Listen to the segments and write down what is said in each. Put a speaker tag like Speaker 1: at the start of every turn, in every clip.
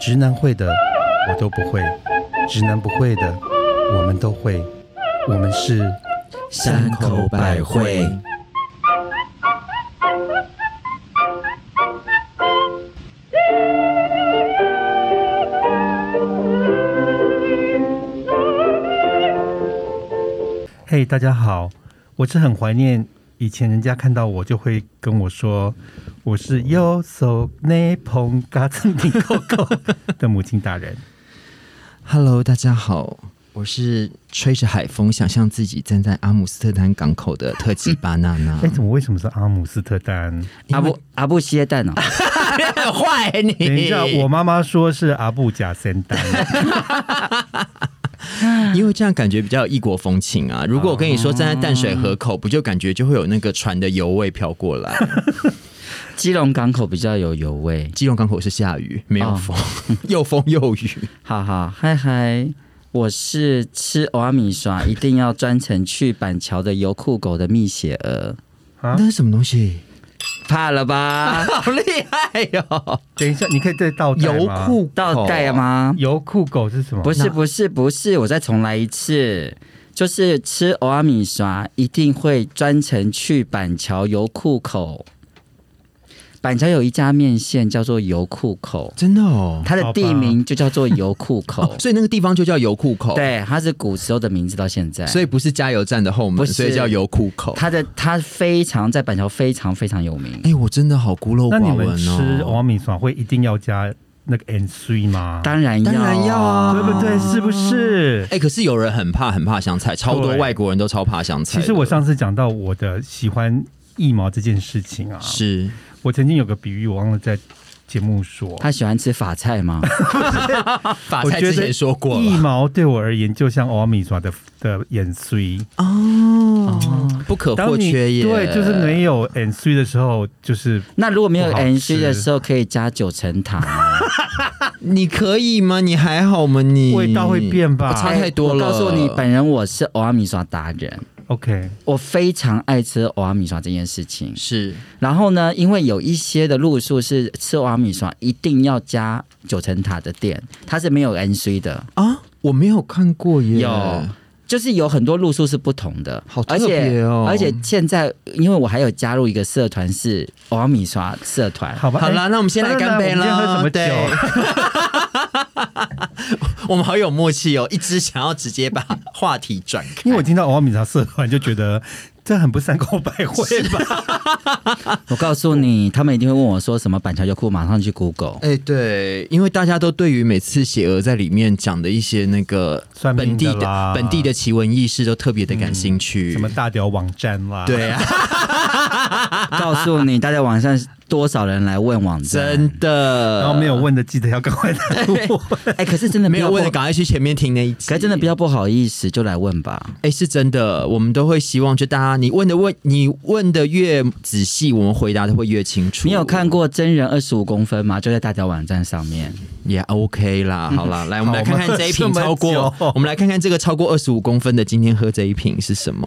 Speaker 1: 直男会的我都不会，直男不会的我们都会，我们是
Speaker 2: 山口百惠。
Speaker 1: 嘿、大家好，我是很怀念以前人家看到我就会跟我说我是 Yo So Ne Pong Ga z n i Coco 的母亲 大人。
Speaker 2: Hello，大家好，我是吹着海风，想象自己站在阿姆斯特丹港口的特级巴娜娜
Speaker 1: 哎、。怎么为什么是阿姆斯特丹？
Speaker 3: 阿布阿布歇 蛋哦，
Speaker 2: 很 坏、你！
Speaker 1: 等一下，我妈妈说是阿布贾森丹，
Speaker 2: 因为这样感觉比较有异国风情啊。如果我跟你说站在淡水河口，不就感觉就会有那个船的油味飘过来？
Speaker 3: 基隆港口比较有油味，
Speaker 2: 基隆港口是下雨，没有
Speaker 1: 啊
Speaker 2: 风， 又风又雨。
Speaker 3: 哈哈，嗨嗨，我是吃欧阿米耍 一定要专程去板桥的油库狗的蜜雪鹅，
Speaker 1: 啊
Speaker 2: 那是什么东西？
Speaker 3: 怕了 吧？
Speaker 2: 好厉害哦哟、
Speaker 1: 等一下，你可以再倒带
Speaker 2: 油
Speaker 1: 吗
Speaker 2: 库
Speaker 3: 倒带了？吗？
Speaker 1: 油酷狗是什么？
Speaker 3: 不是不是不是，我再重来一次。就是吃欧阿米耍，一定会专程去板桥油库口。板桥有一家面线叫做油库口，
Speaker 2: 真的哦。
Speaker 3: 它的
Speaker 1: 好吧
Speaker 3: 地名就叫做油库口。
Speaker 2: 所以那个地方就叫油库口，，
Speaker 3: 对，它是古时候的名字，到现在。
Speaker 2: 所以哦不是加油站的后门，
Speaker 3: 不是
Speaker 2: 所以叫油库口。
Speaker 3: 它的它非常在板桥非常非常有名，
Speaker 2: 哎、我真的好孤陋
Speaker 1: 那
Speaker 2: 寡
Speaker 1: 你们
Speaker 2: 闻
Speaker 1: 吃
Speaker 2: 哦。
Speaker 1: 王米爽会一定要加那个 N C 吗？
Speaker 3: 当然要
Speaker 2: 当然要啊
Speaker 1: 对不对？是不是？
Speaker 2: 哎、可是有人很怕很怕香菜，超多
Speaker 1: 对
Speaker 2: 外国人都超怕香菜
Speaker 1: 其
Speaker 2: 的。
Speaker 1: 实我上次讲到我的喜欢腋毛这件事情啊，
Speaker 2: 是
Speaker 1: 我曾经有个比喻，我忘了在节目说。
Speaker 3: 他喜欢吃法菜吗？
Speaker 2: 法
Speaker 1: 我
Speaker 2: 菜
Speaker 1: 觉
Speaker 2: 之
Speaker 1: 得
Speaker 2: 前说过
Speaker 1: 腋
Speaker 2: 了
Speaker 1: 毛对我而言就像欧米耍的的 N C，
Speaker 2: 哦，不可或
Speaker 1: 啊当你
Speaker 2: 缺耶。
Speaker 1: 对，就是没有 N C 的时候，就是
Speaker 3: 那如果没有
Speaker 1: 不好
Speaker 3: NC 的
Speaker 1: 吃
Speaker 3: 时候，可以加九层塔啊。
Speaker 2: 你可以吗？你还好吗？你
Speaker 1: 味道会变吧哎
Speaker 2: 我差太多
Speaker 3: 哎我
Speaker 2: 了。
Speaker 3: 告诉你，本人我是欧阿米刷达人，
Speaker 1: OK。
Speaker 3: 我非常爱吃欧阿米刷这件事情。
Speaker 2: 是
Speaker 3: 然后呢，因为有一些的路数是吃欧阿米刷一定要加九层塔的店，它是没有 NC 的。
Speaker 2: 啊，我没有看过耶。
Speaker 3: 有就是有很多路数是不同的，
Speaker 2: 好
Speaker 3: 而
Speaker 2: 特别
Speaker 3: 且
Speaker 2: 哦
Speaker 3: 而且现在，因为我还有加入一个社团是欧阿米刷社团，
Speaker 1: 好吧，
Speaker 2: 好啦，
Speaker 1: 哎
Speaker 2: 那我们先来干杯
Speaker 1: 那
Speaker 2: 啦！
Speaker 1: 我们今天喝什么酒？
Speaker 2: 对我们好有默契哦，一直想要直接把话题转开。
Speaker 1: 因为我听到欧米茶社团就觉得这很不三口百惠吧。
Speaker 3: 我告诉你，他们一定会问我说什么板桥优酷，马上去 Google。
Speaker 2: 哎、对，因为大家都对于每次写鹅在里面讲的一些那个
Speaker 1: 算命的
Speaker 2: 本地的
Speaker 1: 啦嗯
Speaker 2: 本地的奇闻异事都特别的感兴趣。
Speaker 1: 什么大屌网站啦，，
Speaker 2: 对啊，
Speaker 3: 告诉你，大家网上多少人来问网站？
Speaker 2: 真的。
Speaker 1: 然后没有问的记得要赶快来 问。
Speaker 3: 哎、可是真的
Speaker 2: 没有
Speaker 3: 不
Speaker 2: 问的，
Speaker 3: 好
Speaker 2: 赶快去前面听那一
Speaker 1: 哎
Speaker 2: 集。
Speaker 3: 可是真的不要不好意思，就来问吧。
Speaker 2: 哎、是真的，我们都会希望，就大家你问的问，你问的越仔细，我们回答的会越清楚。
Speaker 3: 你有看过真人二十五公分吗？就在大家网站上面。
Speaker 2: 也 OK 啦，嗯好啦，来我们来
Speaker 1: 好
Speaker 2: 看看这一
Speaker 1: 我
Speaker 2: 瓶
Speaker 1: 们
Speaker 2: 超过
Speaker 1: 这么久，
Speaker 2: 我们来看看这个超过二十五公分的，今天喝这一瓶是什 么？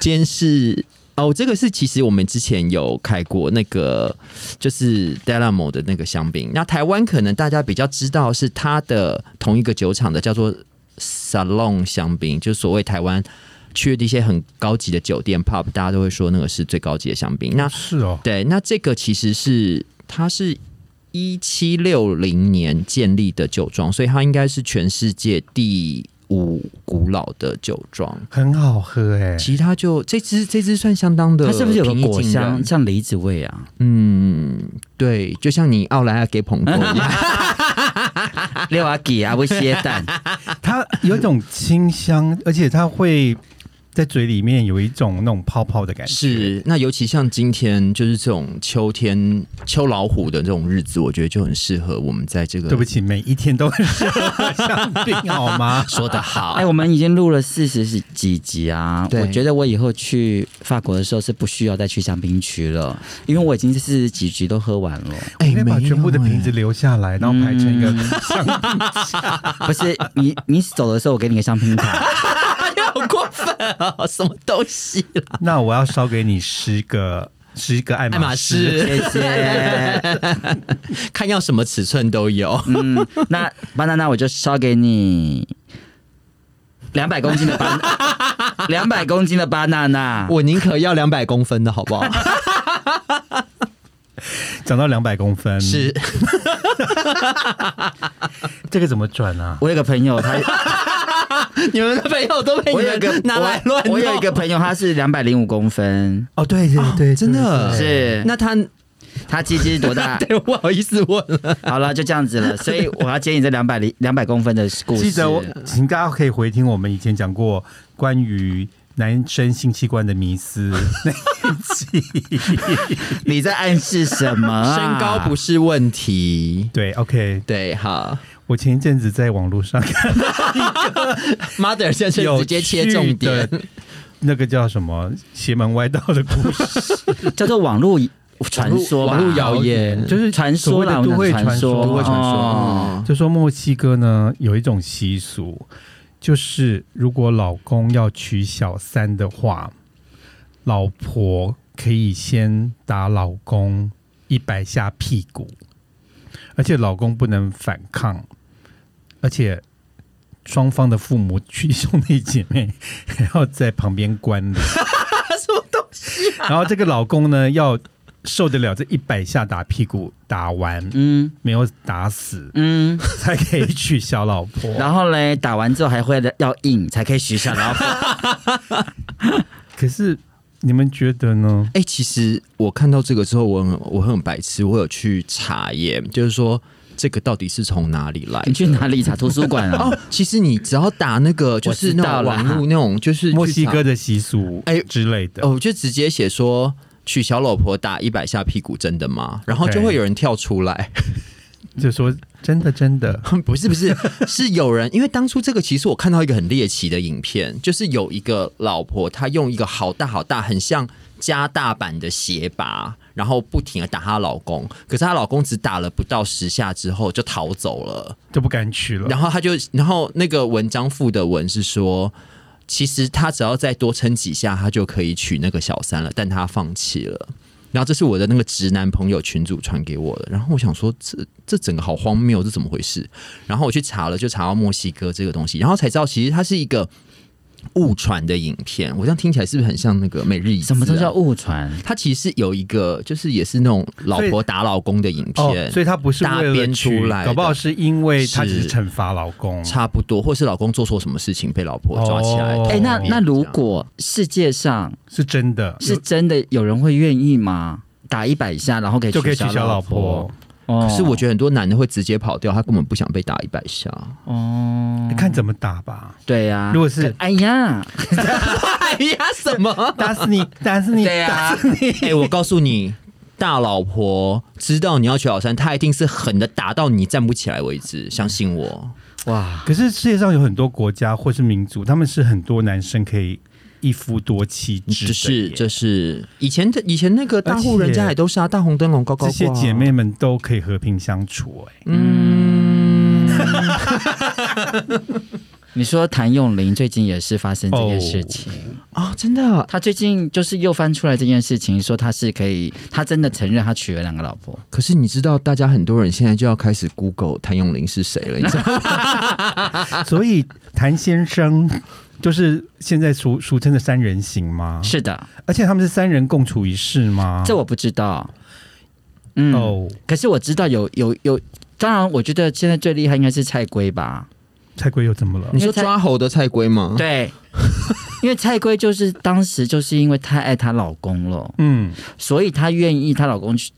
Speaker 2: 今天是哦，这个是其实我们之前有开过那个就是 Delamo 的那个香槟，那台湾可能大家比较知道是它的同一个酒厂的叫做 Salon 香槟，就是所谓台湾。去的一些很高级的酒店 pub，大家都会说那个是最高级的香槟。那
Speaker 1: 是哦，
Speaker 2: 对，那这个其实是它是一七六零年建立的酒庄，所以它应该是全世界第五古老的酒庄。
Speaker 1: 很好喝哎、
Speaker 2: 其他就这支这支算相当的，
Speaker 3: 它是不是有个果香，？像梨子味 啊？
Speaker 2: 嗯，对，就像你奥莱要给捧够一样，
Speaker 3: 六阿吉啊，不歇蛋。
Speaker 1: 它有一种清香，而且它会在嘴里面有一种那种泡泡的感觉。，
Speaker 2: 是。那尤其像今天就是这种秋天秋老虎的这种日子，我觉得就很适合我们在这个。
Speaker 1: 对不，起，每一天都很适合香槟好 吗？
Speaker 2: 说的好。
Speaker 3: 哎，我们已经录了四十几集啊！
Speaker 2: 对
Speaker 3: 我觉得我以后去法国的时候是不需要再去香槟区了，因为我已经是四十几集都喝完了。
Speaker 2: 哎嗯
Speaker 1: 应该把
Speaker 2: 没有
Speaker 1: 全部的
Speaker 2: 哎
Speaker 1: 瓶子留下来，然后排成一个香槟架。
Speaker 3: 不是你，你走的时候我给你个香 槟卡，
Speaker 2: 哎好过分啊！什么东西啦？
Speaker 1: 那我要烧给你十个十个爱
Speaker 2: 爱马
Speaker 1: 马仕。
Speaker 2: 仕
Speaker 3: 谢谢。
Speaker 2: 看要什么尺寸都有。
Speaker 3: 嗯，那 banana 我就烧给你两百公斤 的 banana，两百公斤的 banana。
Speaker 2: 我宁可要两百公分的好不 好？
Speaker 1: 长到两百公分，
Speaker 2: 是
Speaker 3: 嗯
Speaker 1: 这个怎么转啊？
Speaker 3: 我有个朋友， 他
Speaker 2: 你们的朋友都被你
Speaker 3: 我有一个
Speaker 2: 们拿来乱
Speaker 3: 我，我有一
Speaker 2: 弄
Speaker 3: 个朋友，他是两百零五公分，
Speaker 1: 哦，对对对
Speaker 2: 真的
Speaker 1: 对
Speaker 3: 是
Speaker 2: 那他
Speaker 3: 他鸡鸡多大？
Speaker 2: 对我不好意思问了，
Speaker 3: 好了，就这样子了。所以我要接你这两百零两百公分的故事。
Speaker 1: 记得我，请大家可以回听我们以前讲过关于男生性器官的迷思 那一集。
Speaker 3: 你在暗示什么、啊？
Speaker 2: 身高不是问题。
Speaker 1: 对，OK，
Speaker 2: 对，好
Speaker 1: 我前一阵子在网络上看
Speaker 2: ，mother 先生
Speaker 1: 有
Speaker 2: 直接切重点
Speaker 1: 趣，的那个叫什么邪门歪道的故事，
Speaker 3: 叫做网络传说吧，
Speaker 2: 网络谣言，
Speaker 1: 就是
Speaker 3: 传
Speaker 1: 所
Speaker 3: 说
Speaker 1: 谓
Speaker 3: 啦，
Speaker 1: 的
Speaker 3: 我
Speaker 1: 都
Speaker 3: 们
Speaker 1: 会
Speaker 3: 讲传
Speaker 1: 说，都会传说。嗯
Speaker 3: 哦
Speaker 1: 就说墨西哥呢有一种习俗，就是如果老公要娶小三的话，老婆可以先打老公一百下屁股，而且老公不能反抗，而且双方的父母娶兄弟姐妹还要在旁边观 礼。
Speaker 2: 什么东
Speaker 3: 啊
Speaker 1: 然后这个老公呢要受得了这一百下打屁股，打完
Speaker 3: 嗯
Speaker 1: 没有打死，
Speaker 3: 嗯，
Speaker 1: 才可以娶小老婆。
Speaker 3: 然后嘞，打完之后还会要硬才可以许下，然后
Speaker 1: 可是你们觉得呢？
Speaker 2: 哎、其实我看到这个之后，我很我很白痴，我有去查耶，就是说这个到底是从哪里来
Speaker 3: 你去哪里查？图书馆啊？
Speaker 2: 哦，其实你只要打那个，就是那种
Speaker 3: 我知道啦
Speaker 2: 网络那种，就是去
Speaker 1: 墨西哥
Speaker 2: 查
Speaker 1: 的习俗
Speaker 2: 哎
Speaker 1: 哎之类的，
Speaker 2: 哦，就直接写说娶小老婆打一百下屁股，真的吗？然后
Speaker 1: OK
Speaker 2: 就会有人跳出来，
Speaker 1: 就说真的真的，
Speaker 2: 不是不是，是有人，因为当初这个其实我看到一个很猎奇的影片，就是有一个老婆，她用一个好大好大，很像加大版的鞋拔，然后不停的打她老公，可是她老公只打了不到十下之后就逃走了，
Speaker 1: 就不敢娶了。
Speaker 2: 然后她就，然后那个文章附的文是说。其实她只要再多撑几下，她就可以娶那个小三了，但她放弃了。然后这是我的那个直男朋友群主传给我的，然后我想说这这整个好荒谬，这怎么回事？然后我去查了，就查到墨西哥这个东西，然后才知道其实它是一个误传的影片。我这样听起来是不是很像那个每日一字、啊？
Speaker 3: 什么都叫？误传？
Speaker 2: 它其实有一个，就是也是那种老
Speaker 1: 所
Speaker 2: 婆
Speaker 1: 以
Speaker 2: 打老公的影
Speaker 1: 哦
Speaker 2: 片，，
Speaker 1: 所以她不是为
Speaker 2: 搭
Speaker 1: 了
Speaker 2: 编出
Speaker 1: 娶，
Speaker 2: 来的
Speaker 1: 搞不好是因为她只
Speaker 2: 是
Speaker 1: 是惩罚老公。
Speaker 2: 差不多，或是老公做错什么事情被老婆抓起来。
Speaker 1: 哦
Speaker 3: 哎、那
Speaker 2: 这
Speaker 3: 那
Speaker 2: 样
Speaker 3: 如果世界上
Speaker 1: 是真的，
Speaker 3: 是
Speaker 1: 有
Speaker 3: 真的有人会愿意吗？打一百下，然后给
Speaker 1: 就可以娶小
Speaker 3: 小
Speaker 1: 老
Speaker 3: 婆
Speaker 1: 婆。。
Speaker 3: 哦
Speaker 2: 可是我觉得很多男的会直接跑掉，他根本不想被打一百下。
Speaker 3: 得，哦
Speaker 1: 你，看怎么打吧，
Speaker 3: 对呀、
Speaker 2: 啊
Speaker 1: 如果是
Speaker 3: 可哎呀，
Speaker 2: 哎呀，什么？
Speaker 1: 打死你，打死 你，
Speaker 3: 对啊呀、
Speaker 1: 打死你！
Speaker 2: 哎、我告诉你，大老婆知道你要娶老三，她一定是狠的打到你站不起来为止，相信我。
Speaker 3: 哇，
Speaker 1: 可是世界上有很多国家或是民族，他们是很多男生可以一夫多妻制
Speaker 3: 嗯
Speaker 2: 这
Speaker 1: 的
Speaker 2: 是
Speaker 1: 耶
Speaker 2: 这是以前的以前那个大户
Speaker 1: 而且
Speaker 2: 人家也都是啊，大红灯笼高高
Speaker 1: 这
Speaker 2: 挂
Speaker 1: 些
Speaker 2: 啊
Speaker 1: 姐妹们都可以和平相 处、哎，
Speaker 3: 你说谭咏麟最近也是发生这件事情，
Speaker 2: 哦，真的
Speaker 3: 他最近就是又翻出来这件事情，说他是可以，他真的承认他娶了两个老婆。
Speaker 2: 可是你知道，大家很多人现在就要开始 Google 谭咏麟是谁了，你知道吗？
Speaker 1: 所以谭先生就是现在俗俗称的三人行吗？
Speaker 3: 是的，
Speaker 1: 而且他们是三人共处一室吗？
Speaker 3: 这我不知道。嗯，
Speaker 1: 哦，
Speaker 3: 可是我知道有有有，当然我觉得现在最厉害应该是蔡圭吧？
Speaker 1: 蔡圭又怎么了
Speaker 2: 你？说抓猴的蔡龟吗？
Speaker 3: 对，因为蔡圭就是当时就是因为太爱她老公了，
Speaker 1: 嗯，
Speaker 3: 所以她愿意她老公去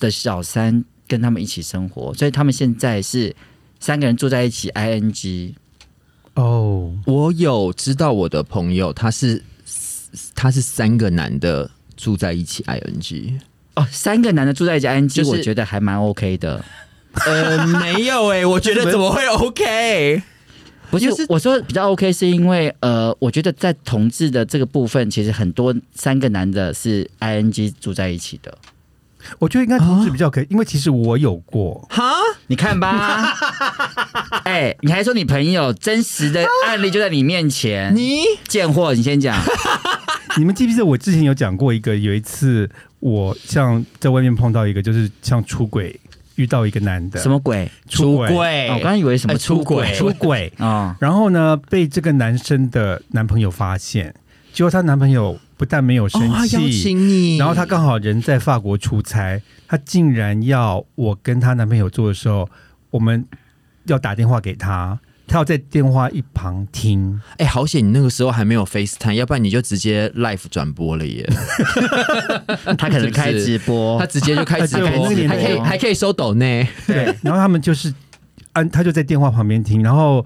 Speaker 3: 的小三跟他们一起生活，所以他们现在是三个人住在一起，ing。
Speaker 1: 哦，
Speaker 2: 我有知道我的朋友，他是他是三个男的住在一起，ing。
Speaker 3: 哦，三个男的住在一起，ing，、
Speaker 2: 就是
Speaker 3: 我觉得还蛮 OK 的。
Speaker 2: 呃，没有 哎、我觉得怎么会 OK？
Speaker 3: 不是，
Speaker 2: 就是
Speaker 3: 我说比较 OK，是因为呃，我觉得在同志的这个部分，其实很多三个男的是 ing 住在一起的。
Speaker 1: 我觉得应该同志比较
Speaker 3: 啊
Speaker 1: 可以，因为其实我有过，
Speaker 2: 哈，
Speaker 3: 你看吧，哎、你还说你朋友真实的案例就在你面前，
Speaker 2: 你
Speaker 3: 贱货，你先讲，
Speaker 1: 你们记不记得我之前有讲过一个，有一次我像在外面碰到一个，就是像出轨遇到一个男的，
Speaker 3: 什么鬼？
Speaker 1: 出
Speaker 2: 轨？
Speaker 3: 哦我刚刚以为什么
Speaker 2: 哎出轨
Speaker 1: 出轨，
Speaker 3: 哦，
Speaker 1: 然后呢被这个男生的男朋友发现，结果她男朋友不但没有
Speaker 2: 哦
Speaker 1: 生，
Speaker 2: 他邀
Speaker 1: 气。
Speaker 2: 请你，
Speaker 1: 然后她刚好人在法国出差，她竟然要我跟她男朋友做的时候，我们要打电话给她，她要在电话一旁听。
Speaker 2: 哎、好险你那个时候还没有 FaceTime，要不然你就直接 live 转播了耶。
Speaker 3: 他可能开直播
Speaker 2: 他，直接就开直 播，
Speaker 1: 哎对我那年
Speaker 2: 还可以
Speaker 3: 我
Speaker 2: 还可以收抖呢。
Speaker 1: 对，然后他们就是按他就在电话旁边听，然后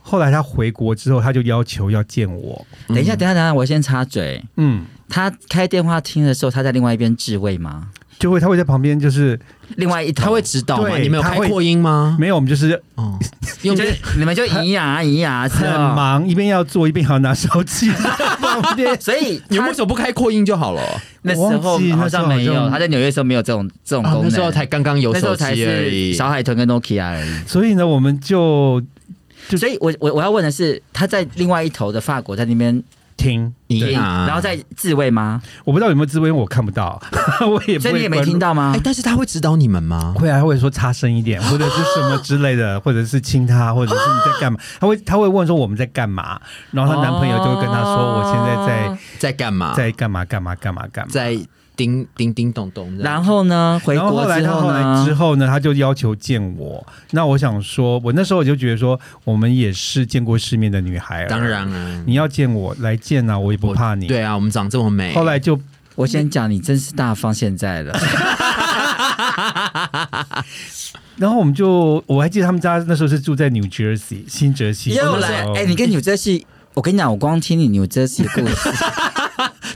Speaker 1: 后来他回国之后，他就要求要见我。
Speaker 3: 等一下，等一下，等一下，我先插嘴。
Speaker 1: 嗯，
Speaker 3: 他开电话听的时候，他在另外一边自慰吗？
Speaker 1: 就会他会在旁边，就是
Speaker 3: 另外一头
Speaker 2: 他会指导吗？
Speaker 1: 对
Speaker 2: 你们有
Speaker 1: 他
Speaker 2: 开
Speaker 1: 会
Speaker 2: 扩音吗？
Speaker 1: 没有，我们就是
Speaker 2: 哦，
Speaker 3: 你
Speaker 2: 用
Speaker 3: 就你们就咿呀啊咿呀是
Speaker 1: 很
Speaker 3: 吧？
Speaker 1: 忙，一边要做一边还要拿手机 旁边。
Speaker 3: 所以
Speaker 2: 你
Speaker 3: 他
Speaker 2: 为什么不开扩音就好了？
Speaker 3: 那
Speaker 1: 我
Speaker 3: 时
Speaker 1: 忘
Speaker 3: 候
Speaker 1: 记
Speaker 3: 好
Speaker 1: 那时候
Speaker 3: 像没
Speaker 1: 好
Speaker 3: 有，
Speaker 1: 像
Speaker 3: 他在纽约的时候没有这种这种
Speaker 2: 啊
Speaker 3: 功能，
Speaker 2: 那时候才刚刚有
Speaker 3: 那时
Speaker 2: 手
Speaker 3: 候才
Speaker 2: 机而
Speaker 3: 是
Speaker 2: 已。
Speaker 3: 小海豚跟 Nokia 而已。
Speaker 1: 所以呢，我们就就
Speaker 3: 所以我我我要问的是，他在另外一头的法国在那边
Speaker 1: 听。
Speaker 2: 咿呀
Speaker 1: 啊
Speaker 3: 然后再自慰吗？
Speaker 1: 我不知道有没有自慰，因为我看不到， 我也不
Speaker 3: 所以
Speaker 1: 会
Speaker 3: 你也没
Speaker 1: 关注
Speaker 3: 听。到吗
Speaker 2: 哎、？但是他会指导你们吗？
Speaker 1: 会啊，他会说擦深一点，或者是什么之类的， 或者是亲他，或者是你在干嘛？他会他会问说我们在干嘛，然后她男朋友就会跟她说我现在在
Speaker 2: 在干
Speaker 3: 哦
Speaker 2: 嘛？
Speaker 1: 在干嘛干嘛干嘛干嘛。
Speaker 2: 在叮叮叮咚咚这样。
Speaker 3: 然后呢，回
Speaker 1: 然后
Speaker 3: 国
Speaker 1: 后来
Speaker 3: 之
Speaker 1: 他后来
Speaker 3: 呢？
Speaker 1: 之后呢，他就要求见我。那我想说，我那时候我就觉得说，我们也是见过世面的女孩儿，
Speaker 2: 当然啊，
Speaker 1: 你要见我来见啊，我也不怕你。，
Speaker 2: 对啊，我们长这么美。
Speaker 1: 后来就
Speaker 3: 我先讲，你真是大方现在了。
Speaker 1: 然后我们就我还记得他们家那时候是住在 New Jersey 新泽西，
Speaker 3: 又
Speaker 1: 那
Speaker 3: 来
Speaker 1: 时，候
Speaker 3: 哎、你跟纽泽西，我跟你讲，我光听你纽泽西的 故事，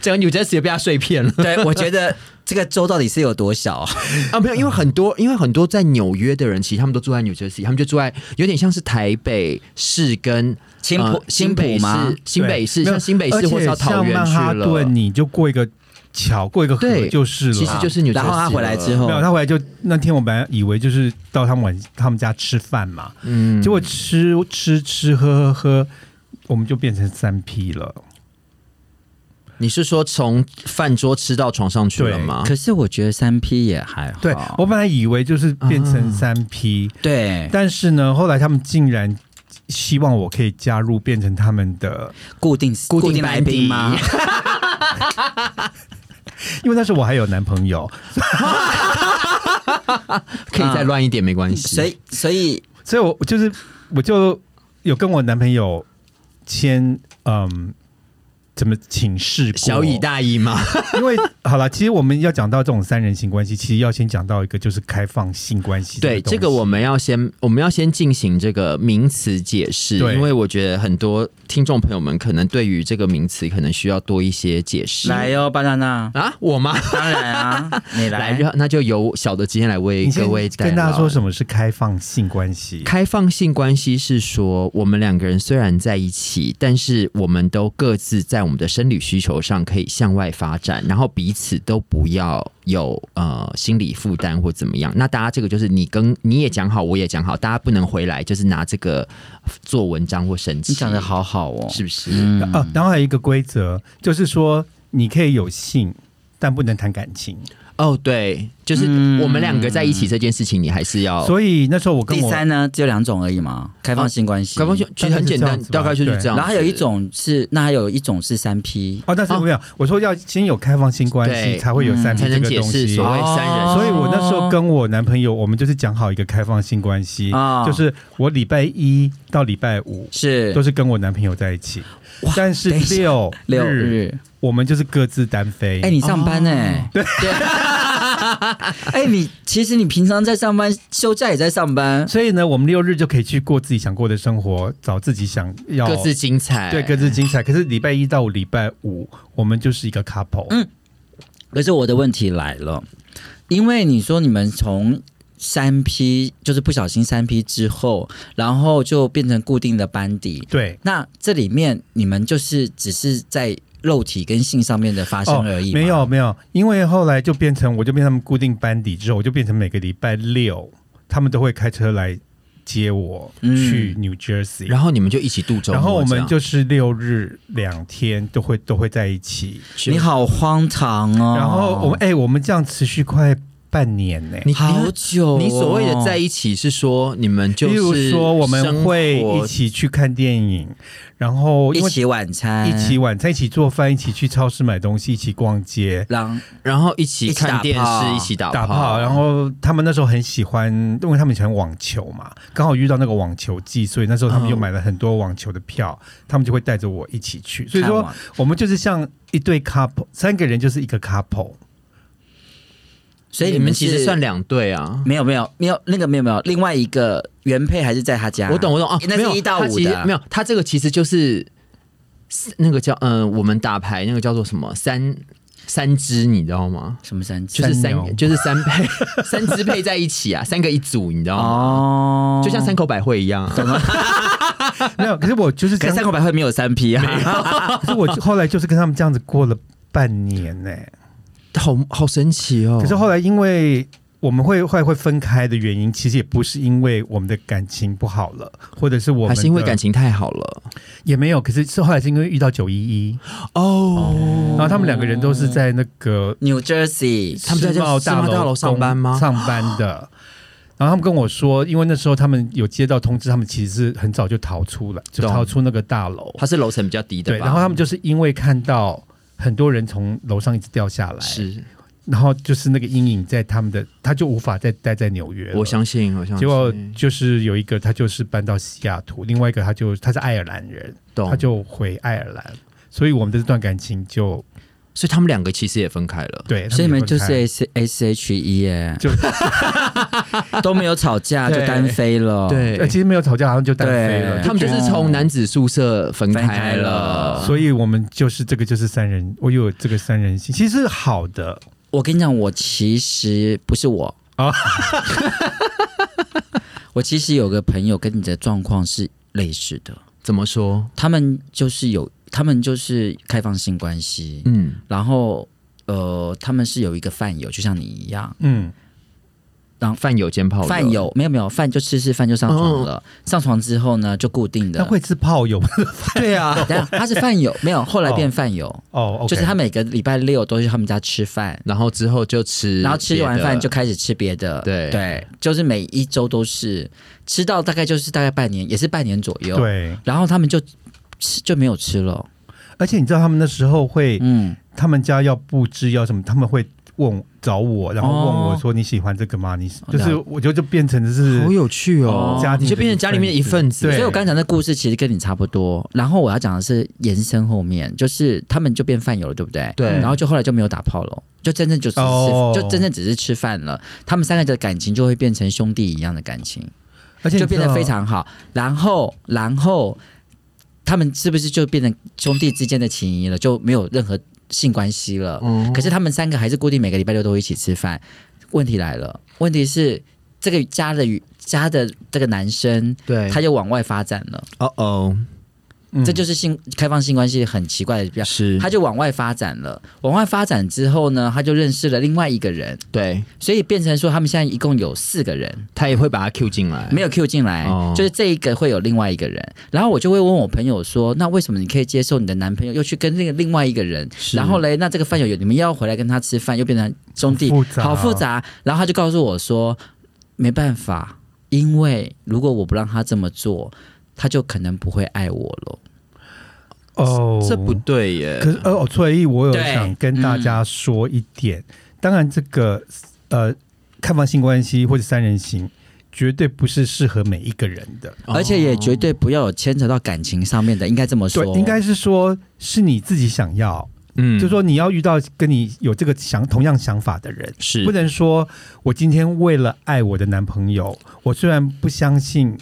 Speaker 2: 整个 New Jersey 被他碎片了
Speaker 3: 对我觉得这个州到底是有多小啊？
Speaker 2: 啊！没有，因为很多，因为很多在纽约的人，其实他们都住在 New Jersey，他们就住在有点像是台北市跟
Speaker 3: 青浦
Speaker 2: 呃
Speaker 3: 青浦吗
Speaker 2: 北市新北市，
Speaker 1: 对
Speaker 2: 像新北
Speaker 1: 而
Speaker 2: 市
Speaker 1: 且
Speaker 2: 或是到桃园
Speaker 1: 像曼
Speaker 2: 去
Speaker 1: 哈
Speaker 2: 了。
Speaker 1: 顿，你就过一个桥，过一个河
Speaker 2: 对
Speaker 1: 就是了。
Speaker 2: 其实就是哦纽泽西
Speaker 3: 然
Speaker 2: 了。
Speaker 3: 后他回来之后
Speaker 1: 没有，他回来就那天我本来以为就是到他们晚他们家吃饭嘛，
Speaker 2: 嗯
Speaker 1: 结果吃吃吃喝喝喝，我们就变成三 P 了。
Speaker 2: 哦你是说从饭桌吃到床上去了吗？
Speaker 3: 可是我觉得三 P 也还好，
Speaker 1: 啊对我本来以为就是变成
Speaker 2: 啊
Speaker 1: 三 P，、
Speaker 3: 对
Speaker 1: 但是呢，后来他们竟然希望我可以加入，变成他们的，
Speaker 3: 固定
Speaker 2: 固定
Speaker 3: 来
Speaker 2: 班底
Speaker 3: 宾吗？
Speaker 1: 因为那时候我还有男朋友，
Speaker 2: 可以再乱一点没关系。
Speaker 3: 所以所以
Speaker 1: 所以我就是我就有跟我男朋友签嗯。怎么请示过？
Speaker 2: 小以，大意嘛？
Speaker 1: 因为好了，其实我们要讲到这种三人行关系，其实要先讲到一个就是开放性关系。
Speaker 2: 对，这
Speaker 1: 这
Speaker 2: 个我们要先我们要先进行这个名词解释，
Speaker 1: 对
Speaker 2: 因为我觉得很多听众朋友们可能对于这个名词可能需要多一些解释。
Speaker 3: 来哟、巴娜娜，
Speaker 2: 啊，我吗？
Speaker 3: 当然 啊，你
Speaker 2: 来，
Speaker 3: 来。
Speaker 2: 让那就由小的今天来为
Speaker 1: 你先
Speaker 2: 各位带
Speaker 1: 跟大家
Speaker 2: 来
Speaker 1: 说什么是开放性关系？
Speaker 2: 开放性关系是说，我们两个人虽然在一起，但是我们都各自在我们的生理需求上可以向外发展，然后彼此都不要有呃心理负担或怎么样。那大家这个就是你跟你也讲好，我也讲好，大家不能回来就是拿这个做文章或生气。
Speaker 3: 你讲的，好好哦，
Speaker 2: 是不是？
Speaker 1: 呃、啊，然后还有一个规则，就是说你可以有性，但不能谈感情。
Speaker 2: 哦，对，就是
Speaker 3: 嗯
Speaker 2: 我们两个在一起这件事情，你还是要。
Speaker 1: 所以那时候我跟
Speaker 3: 第
Speaker 1: 我
Speaker 3: 三呢，只有两种而已嘛，哦开放性关系。
Speaker 2: 搞不好就其实很简单，大
Speaker 1: 大
Speaker 2: 概
Speaker 1: 概
Speaker 2: 就是是
Speaker 1: 这样
Speaker 2: 这
Speaker 1: 子
Speaker 2: 样
Speaker 3: 然
Speaker 2: 子。
Speaker 3: 后还有一种是，那还有一种是三 P。
Speaker 1: 哦，但是没有，我说要先有开放性关
Speaker 2: 对
Speaker 1: 系才会有三
Speaker 3: 嗯
Speaker 1: P
Speaker 2: 才
Speaker 1: 这
Speaker 2: 能
Speaker 1: 个
Speaker 2: 解
Speaker 1: 东
Speaker 2: 释
Speaker 1: 西。
Speaker 2: 所谓三人
Speaker 3: 哦
Speaker 1: 所以我那时候跟我男朋友，我们就是讲好一个开放性关系，
Speaker 3: 哦
Speaker 1: 就是我礼拜一到礼拜五
Speaker 3: 是
Speaker 1: 都是跟我男朋友在一起，但是
Speaker 3: 等一下
Speaker 1: 六
Speaker 3: 六
Speaker 1: 日
Speaker 3: 日。
Speaker 1: 我们就是各自单飞。
Speaker 3: 哎、你上班呢、对。 哎、你其实你平常在上班，休假也在上班。
Speaker 1: 所以呢，我们六日就可以去过自己想过的生活，找自己想要
Speaker 2: 各自精彩，
Speaker 1: 对各自精彩。可是礼拜一到礼拜五，我们就是一个 couple。
Speaker 3: 嗯可是我的问题来了，因为你说你们从三 P 就是不小心三 P 之后，然后就变成固定的班底。
Speaker 1: 对，
Speaker 3: 那这里面你们就是只是在肉体跟性上面的发生而已、
Speaker 1: 哦没有。没有，因为后来就变成我就变成他们固定班底之后，我就变成每个礼拜六他们都会开车来接我
Speaker 3: 嗯
Speaker 1: 去 New Jersey，、
Speaker 2: 然后你们就一起度周末，
Speaker 1: 然后我
Speaker 2: 这
Speaker 1: 们
Speaker 2: 样
Speaker 1: 就是六日两天都会都会在一起，
Speaker 3: 你好荒唐哦！
Speaker 1: 然后我们哎、我们这样持续快半年呢、
Speaker 2: 你
Speaker 3: 好久哦、
Speaker 2: 你所谓的在一起是说你们就
Speaker 1: 例如
Speaker 2: 是
Speaker 1: 说，我们会
Speaker 2: 生活
Speaker 1: 一起去看电影，然后因
Speaker 3: 一
Speaker 1: 为
Speaker 3: 起晚餐，
Speaker 1: 一起晚餐、一起做饭、一起去超市买东西、一起逛街、
Speaker 3: 让
Speaker 2: 然后一起看电
Speaker 3: 一起打炮
Speaker 2: 视，一起打
Speaker 1: 打炮。然后他们那时候很喜欢，因为他们以前网球嘛，刚好遇到那个网球季，所以那时候他们
Speaker 2: 嗯
Speaker 1: 就买了很多网球的票，他们就会带着我一起去。所以说，我们就是像一对 couple，三个人就是一个 couple。
Speaker 3: 所以
Speaker 2: 你
Speaker 3: 你们
Speaker 2: 其实
Speaker 3: 是
Speaker 2: 算两对啊。
Speaker 3: 没有没有没有那个没有没有，另外一个原配还是在他家。
Speaker 2: 我懂，我懂啊，
Speaker 3: 那
Speaker 2: 没有
Speaker 3: 是一到
Speaker 2: 他
Speaker 3: 五
Speaker 2: 其实
Speaker 3: 的，
Speaker 2: 没
Speaker 3: 有
Speaker 2: 有，他这个其实就是是那个叫嗯、呃我们打牌那个叫做什么三三只，你知道吗？
Speaker 3: 什么三
Speaker 2: 就是
Speaker 1: 三
Speaker 2: 三
Speaker 1: 牛
Speaker 2: 就是三配 三只配在一起啊，三个一组，你知道吗？
Speaker 3: 哦，
Speaker 2: 就像。山口百惠一样、啊，
Speaker 1: 没有，可是我就是这
Speaker 3: 可是
Speaker 1: 样
Speaker 3: 三，口百惠没有三 P 啊，
Speaker 1: 可是我后来就是跟他们这样子过了半年呢、
Speaker 2: 好好神奇哦。
Speaker 1: 可是后来因为我们会会会分开的原因，其实也不是因为我们的感情不好了，或者是我们
Speaker 2: 还是因为
Speaker 1: 的
Speaker 2: 感情太好了
Speaker 1: 也没有，可是是后来是因为遇到九一一，
Speaker 2: 哦
Speaker 1: 然后他们两个人都是在那个
Speaker 3: New Jersey，
Speaker 2: 嗯他们在
Speaker 1: 世贸
Speaker 2: 世贸
Speaker 1: 大
Speaker 2: 大楼
Speaker 1: 楼
Speaker 2: 上
Speaker 1: 工
Speaker 2: 班吗
Speaker 1: 上班的。然后他们跟我说，因为那时候他们有接到通知，他们其实是很早就逃出了，就
Speaker 2: 懂
Speaker 1: 逃出那个大楼。
Speaker 2: 它是楼层比较低的
Speaker 1: 对，
Speaker 2: 吧？
Speaker 1: 然后他们就是因为看到很多人从楼上一直掉下来，
Speaker 2: 是，
Speaker 1: 然后就是那个阴影在他们的，他就无法再待在纽约了。
Speaker 2: 我相信，我相信。
Speaker 1: 结果就是有一个他就是搬到西雅图，另外一个他就他是爱尔兰人，
Speaker 2: 懂
Speaker 1: 他，就回爱尔兰，所以我们的这段感情就
Speaker 2: 所以他们两个其实也分开了。
Speaker 1: 对，
Speaker 3: 所以你们就是
Speaker 1: 哎他也
Speaker 3: S S H E 耶，
Speaker 1: 就
Speaker 3: 都没有吵架就
Speaker 1: 对
Speaker 3: 单飞了。，
Speaker 1: 分开呃，其实没有吵架，好像就单飞
Speaker 3: 哦哎对
Speaker 1: 了。
Speaker 2: 他们就是从男子宿舍分
Speaker 3: 分
Speaker 2: 开
Speaker 3: 开
Speaker 2: 了
Speaker 3: 了。
Speaker 1: 所以我们就是这个就是三人，我有这个三人行，其实是好的，
Speaker 3: 我跟你讲，我其实不是我
Speaker 1: 啊
Speaker 3: 啊， 我其实有个朋友跟你的状况是类似的，
Speaker 2: 怎么说？
Speaker 3: 他们就是有，他们就是开放性关系，
Speaker 2: 嗯，
Speaker 3: 然后呃，他们是有一个饭友，就像你一样，
Speaker 1: 嗯，
Speaker 2: 饭友兼炮
Speaker 3: 饭友没有没有饭就吃吃饭就上床了，上床之后呢就固定
Speaker 1: 那
Speaker 3: 的，
Speaker 1: 会是炮 友
Speaker 2: 对啊，
Speaker 3: 等一下他是饭友，没有后来变饭友，
Speaker 1: 哦，OK，
Speaker 3: 就是他每个礼拜六都去他们家吃饭，
Speaker 2: 然后之后就吃，
Speaker 3: 然后吃完饭就开始吃别的，
Speaker 2: 对
Speaker 3: 对，就是每一周都是吃到大概就是大概半年，也是半年左右，，
Speaker 1: 对，
Speaker 3: 然后他们就吃就没有吃了，
Speaker 1: 而且你知道他们那时候会，
Speaker 3: 嗯，
Speaker 1: 他们家要布置要什么，他们会问找我，然后问我说你喜欢这个吗？你
Speaker 3: 哦
Speaker 1: 就是我就就变成是
Speaker 2: 好有趣哦，
Speaker 1: 家庭
Speaker 2: 你就变成家里面的一份子。
Speaker 1: 对
Speaker 3: 所以我刚才讲的故事其实跟你差不多，然后我要讲的是延伸后面，就是他们就变饭友了，对不对？
Speaker 2: 对
Speaker 3: 然后就后来就没有打炮了，就真正就只是吃、
Speaker 1: 哦
Speaker 3: 就真正只是吃饭了，他们三个的感情就会变成兄弟一样的感情。
Speaker 1: 而且你
Speaker 3: 就
Speaker 1: 知
Speaker 3: 变
Speaker 1: 道
Speaker 3: 得非常好。然后，然后他们是不是就变成兄弟之间的情谊了？就没有任何性关系了。
Speaker 2: 嗯
Speaker 3: 可是他们三个还是固定每个礼拜六都会一起吃饭。问题来了，问题是这个家的家的这个男生，
Speaker 2: 对，
Speaker 3: 他又往外发展了，
Speaker 2: 哦哦，
Speaker 1: 嗯
Speaker 3: 这就是性开放性关系很奇怪的地方。
Speaker 2: 是
Speaker 3: 他就往外发展了，往外发展之后呢，他就认识了另外一个人，
Speaker 2: 对，
Speaker 3: 所以变成说他们现在一共有四个人。
Speaker 2: 他也会把他 Q 进来，
Speaker 3: 没有 Q 进来，
Speaker 2: 哦
Speaker 3: 就是这一个会有另外一个人，然后我就会问我朋友说，那为什么你可以接受你的男朋友又去跟那个另外一个人？
Speaker 2: 是
Speaker 3: 然后嘞，那这个饭友你们要回来跟他吃饭，又变成兄弟，
Speaker 1: 好复杂哦
Speaker 3: 好复杂。然后他就告诉我说，没办法，因为如果我不让他这么做，他就可能不会爱我了。
Speaker 1: 哦，
Speaker 2: 这不对耶，
Speaker 1: 可是呃哦，所以我有
Speaker 3: 对
Speaker 1: 想跟大家说一点，当然这个呃开放性关系或者三人行。绝对不是适合每一个人的，
Speaker 2: 哦
Speaker 3: 而且也绝对不要有牵扯到感情上面的，应该这么说
Speaker 1: 对，，应该是说是你自己想要，
Speaker 2: 嗯
Speaker 1: 就说你要遇到跟你有这个想同样想法的人，
Speaker 2: 是
Speaker 1: 不能说我今天为了爱我的男朋友，我虽然不相信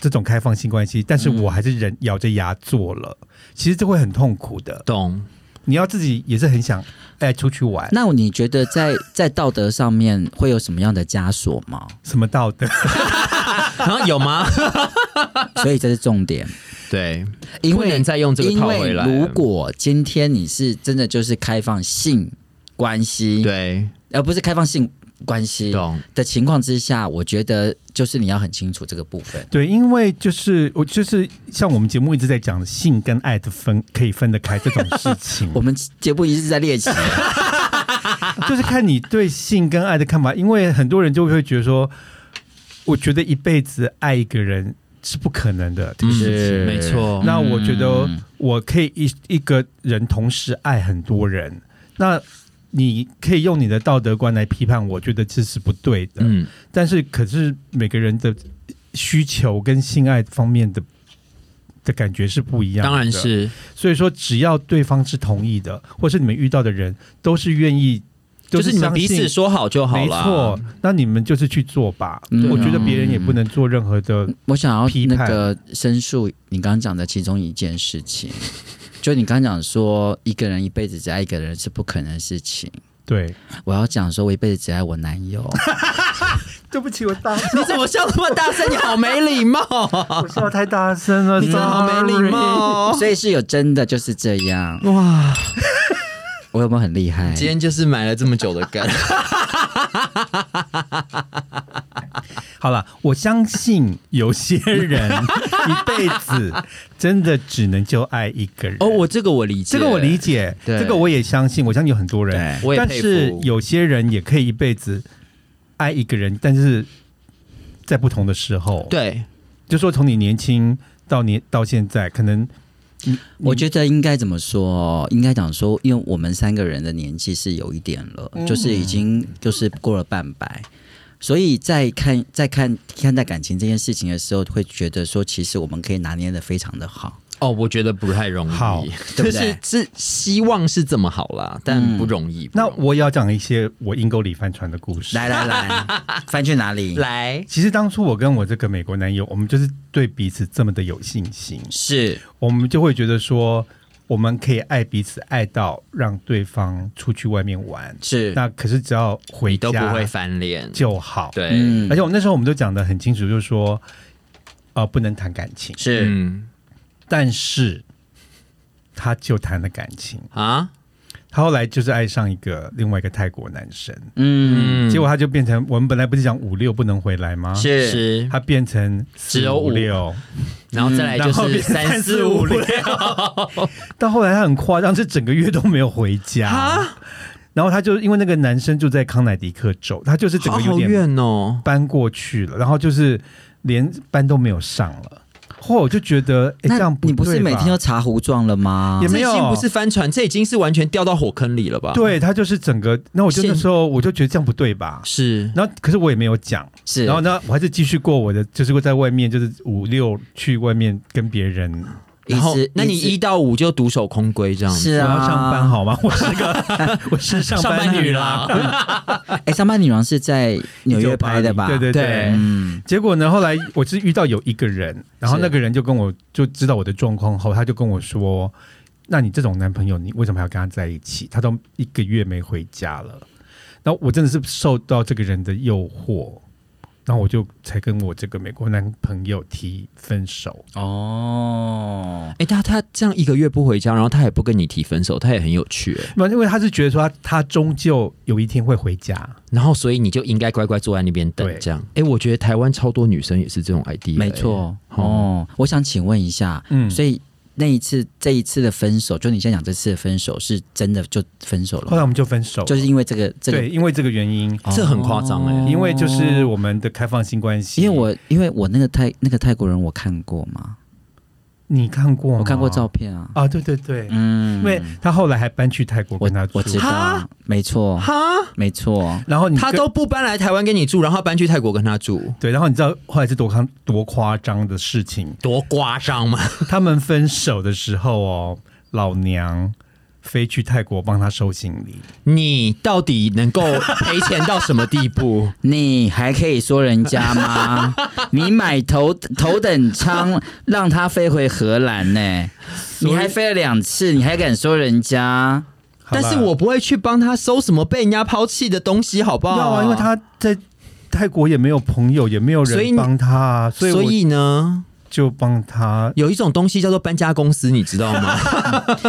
Speaker 1: 这种开放性关系，但是
Speaker 2: 嗯
Speaker 1: 我还是忍咬着牙做了。其实这会很痛苦的，
Speaker 2: 懂。
Speaker 1: 你要自己也是很想哎出去玩，
Speaker 3: 那你觉得在在道德上面会有什么样的枷锁吗？
Speaker 1: 什么道德？
Speaker 2: 然后啊有 吗？
Speaker 3: 所以这是重点。
Speaker 2: 对，
Speaker 3: 因
Speaker 2: 不
Speaker 3: 为
Speaker 2: 能再用这个
Speaker 3: 因
Speaker 2: 套
Speaker 3: 为
Speaker 2: 回来
Speaker 3: 如果今天你是真的就是开放性关系，，
Speaker 2: 对，
Speaker 3: 而不是开放性关系
Speaker 2: 懂
Speaker 3: 的情况之下，我觉得就是你要很清楚这个部分。，
Speaker 2: 嗯
Speaker 1: 对，因为就是我就是像我们节目一直在讲性跟爱的分可以分得开这种事情
Speaker 3: 我们节目一直在练习，
Speaker 1: 就是看你对性跟爱的看法，因为很多人就会觉得说，我觉得一辈子爱一个人是不可能的。
Speaker 2: 嗯
Speaker 3: 是
Speaker 2: 没错，
Speaker 1: 那我觉得
Speaker 3: 嗯
Speaker 1: 我可以一一个人同时爱很多人，那你可以用你的道德观来批判，我觉得这是不对的。
Speaker 2: 嗯，
Speaker 1: 但是可是每个人的需求跟性爱方面的的感觉是不一样的，
Speaker 2: 当然。是
Speaker 1: 所以说，只要对方是同意的，或是你们遇到的人都是愿意，
Speaker 2: 就
Speaker 1: 都
Speaker 2: 是你们
Speaker 1: 相
Speaker 2: 彼
Speaker 1: 信
Speaker 2: 此说好就好
Speaker 1: 没
Speaker 2: 了，
Speaker 1: 错，那你们就是去做吧。
Speaker 3: 嗯
Speaker 1: 我觉得别人也不能做任何的，
Speaker 3: 我想要
Speaker 1: 批
Speaker 3: 那
Speaker 1: 判
Speaker 3: 个申诉你刚刚讲的其中一件事情，就你刚刚讲说一个人一辈子只爱一个人是不可能的事情。
Speaker 1: 对。
Speaker 3: 我要讲说，我一辈子只爱我男友。
Speaker 1: 对不起，我大，
Speaker 2: 你怎么笑那么大声？你好没礼貌啊！
Speaker 1: 我笑太大声了，
Speaker 2: 你真的好 没礼貌哦。
Speaker 3: 所以是有真的就是这样，
Speaker 2: 哇，
Speaker 3: 我有没有很厉 害？
Speaker 2: 今天就是买了这么久的梗，
Speaker 1: 好了，我相信有些 人一辈子真的只能就爱一个人。
Speaker 2: 哦，我这个我理
Speaker 1: 这
Speaker 2: 解，
Speaker 1: 个我理解，
Speaker 2: 对
Speaker 1: 这个我也相信，我相信有很多人
Speaker 3: 对，
Speaker 2: 我也
Speaker 1: 但
Speaker 2: 佩
Speaker 1: 是
Speaker 2: 服
Speaker 1: 有些人也可以一辈子爱一个人，但是在不同的时候，，
Speaker 2: 对，
Speaker 1: 就说从你年轻到年到现在，可能
Speaker 3: 我觉得应该怎么说？应该讲说，因为我们三个人的年纪是有一点了，
Speaker 1: 嗯
Speaker 3: 就是已经就是过了半百，所以在看在看看待感情这件事情的时候，会觉得说，其实我们可以拿捏的非常的好。
Speaker 2: 哦，我觉得不太容易，
Speaker 1: 好
Speaker 2: 就
Speaker 3: 对不对
Speaker 2: 是是希望是这么好啦，但不容易。
Speaker 1: 那
Speaker 2: 不容易
Speaker 1: 我也要讲一些我阴沟里翻船的故事。
Speaker 3: 来 来来，翻去哪里？
Speaker 2: 来
Speaker 1: 其实当初我跟我这个美国男友，我们就是对彼此这么的有信心，
Speaker 3: 是
Speaker 1: 我们就会觉得说，我们可以爱彼此，爱到让对方出去外面玩。
Speaker 3: 是，
Speaker 1: 那可是只要回
Speaker 2: 你都不会
Speaker 1: 家
Speaker 2: 翻脸，
Speaker 1: 就好。
Speaker 2: 对，
Speaker 3: 嗯
Speaker 1: 而且我们那时候我们都讲的很清楚，就是说，呃，不能谈感情，
Speaker 3: 是
Speaker 2: 嗯
Speaker 1: 但是他就谈了感情。
Speaker 2: 啊，
Speaker 1: 他后来就是爱上一个另外一个泰国男生，
Speaker 3: 嗯
Speaker 2: 嗯
Speaker 1: 结果他就变成我们本来不是讲五六不能回来吗？
Speaker 3: 是
Speaker 2: 是，
Speaker 1: 他变成
Speaker 2: 只有五
Speaker 1: 五六，
Speaker 2: 然后再来
Speaker 1: 嗯
Speaker 2: 就
Speaker 1: 然后
Speaker 2: 是
Speaker 1: 变成
Speaker 2: 三四
Speaker 1: 四
Speaker 2: 五
Speaker 1: 五
Speaker 2: 六
Speaker 1: 六， 到后来他很夸张，是整个月都没有回家。然后他就因为那个男生住在康乃狄克州，他就是整
Speaker 2: 好
Speaker 1: 个有
Speaker 2: 好
Speaker 1: 点
Speaker 2: 远哦，
Speaker 1: 搬过去了，然后就是连班都没有上了。后来我就觉得，哎，
Speaker 3: 那
Speaker 1: 这样不
Speaker 3: 你不是
Speaker 1: 对吧
Speaker 3: 每天都茶壶撞了吗
Speaker 1: 也？
Speaker 2: 这
Speaker 1: 没
Speaker 2: 已
Speaker 1: 有
Speaker 2: 经不是帆船，这已经是完全掉到火坑里了吧？，
Speaker 1: 对他就是整个，那我就
Speaker 2: 现
Speaker 1: 那时候我就觉得这样不对吧。
Speaker 2: 是
Speaker 1: 然后可是我也没有讲，
Speaker 3: 是，
Speaker 1: 然后呢，我还是继续过我的，就是会在外面就是五六去外面跟别人，
Speaker 3: 一
Speaker 2: 然后
Speaker 3: 直，
Speaker 2: 那你一
Speaker 3: 一
Speaker 2: 到五就独守空闺这样
Speaker 3: 直是
Speaker 2: 子，
Speaker 1: 我要
Speaker 3: 啊，
Speaker 1: 上班。好吗？我是 个我是上
Speaker 2: 上班女
Speaker 1: 女
Speaker 2: 啦，
Speaker 1: 啦，
Speaker 3: 哎，上班女王是在纽约拍的吧？
Speaker 1: 对对
Speaker 2: 对
Speaker 1: 对。
Speaker 3: 嗯，
Speaker 1: 结果呢，后来我是遇到有一个人，然后那个人就跟我就知道我的状况后，他就跟我说：“那你这种男朋友，你为什么还要跟他在一起？他都一个月没回家了。”然后我真的是受到这个人的诱惑，然后我就才跟我这个美国男朋友提分手。
Speaker 3: 哦，
Speaker 2: 哎、他他这样一个月不回家，然后他也不跟你提分手，他也很有趣、欸。
Speaker 1: 那因为他是觉得说他他终究有一天会回家，
Speaker 2: 然后所以你就应该乖乖坐在那边等
Speaker 1: 对
Speaker 2: 这样。哎、我觉得台湾超多女生也是这种 idea，欸、
Speaker 3: 没错。
Speaker 2: 好
Speaker 3: 哦，我想请问一下，
Speaker 1: 嗯
Speaker 3: 所以那一次这一次的分手，就你现在讲这次的分手是真的就分手了
Speaker 1: 后
Speaker 3: 吗，
Speaker 1: 来我们就分手了，
Speaker 3: 嗯就是因为这个这
Speaker 1: 对，
Speaker 3: 个，
Speaker 1: 因为这个原因，
Speaker 2: 这很夸张哎
Speaker 1: 因为就是我们的开放性关系。
Speaker 3: 因为我因为我那个泰那个泰国人我看过嘛，
Speaker 1: 你看过吗
Speaker 3: 我看过照片啊，
Speaker 1: 啊，对对对，
Speaker 3: 嗯，
Speaker 1: 因为他后来还搬去泰国
Speaker 3: 我
Speaker 1: 跟他住
Speaker 3: 我，知
Speaker 2: 哈
Speaker 3: 道，啊没错
Speaker 2: 哈，
Speaker 3: 没错，
Speaker 1: 然后你
Speaker 2: 他
Speaker 1: 跟
Speaker 2: 都不搬来台湾跟你住，然后搬去泰国跟他住，。
Speaker 1: 对，然后你知道后来是多夸多夸张的事情
Speaker 2: 多夸张嘛！
Speaker 1: 他们分手的时候哦，老娘飞去泰国帮他收行李，
Speaker 2: 你到底能够赔钱到什么地步？
Speaker 3: 你还可以说人家 吗？你买头头等舱让他飞回荷兰呢、你还飞了两次，你还敢说人家？
Speaker 1: 好吧
Speaker 2: 但是我不会去帮他收什么被人家抛弃的东西，好不好？
Speaker 1: 要啊，因为他在泰国也没有朋友，也没有
Speaker 2: 所以
Speaker 1: 人
Speaker 2: 你
Speaker 1: 帮他啊，所以
Speaker 2: 所
Speaker 1: 我
Speaker 2: 以呢，
Speaker 1: 就帮 他
Speaker 2: 有一种东西叫做搬家公司，你知道吗？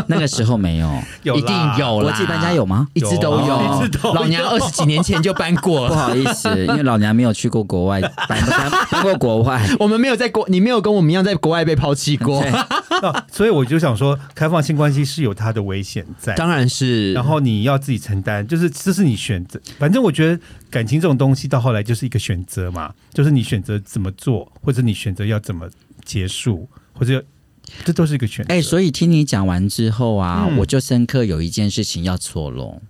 Speaker 3: 那个时候没有，
Speaker 1: 有
Speaker 2: 一定有
Speaker 3: 国
Speaker 2: 啦。
Speaker 3: 际搬家有吗？
Speaker 2: 一直都
Speaker 1: 有
Speaker 2: 有，
Speaker 1: 啊一直都有
Speaker 2: 老娘二十几年前就搬过
Speaker 3: 不
Speaker 2: 了。
Speaker 3: 好意 思，因为老娘没有去过国外，搬搬搬过国外，
Speaker 2: 我们没有在国，你没有跟我们一样在国外被抛弃过，
Speaker 1: 那啊所以我就想说，开放性关系是有它的危险在。
Speaker 2: 当然是。
Speaker 1: 然后你要自己承担，就是这是你选择。反正我觉得感情这种东西到后来就是一个选择嘛，就是你选择怎么做，或者你选择要怎么结束，或者这都是一个选择。
Speaker 3: 哎、所以听你讲完之后啊，
Speaker 1: 嗯
Speaker 3: 我就深刻有一件事情要错了。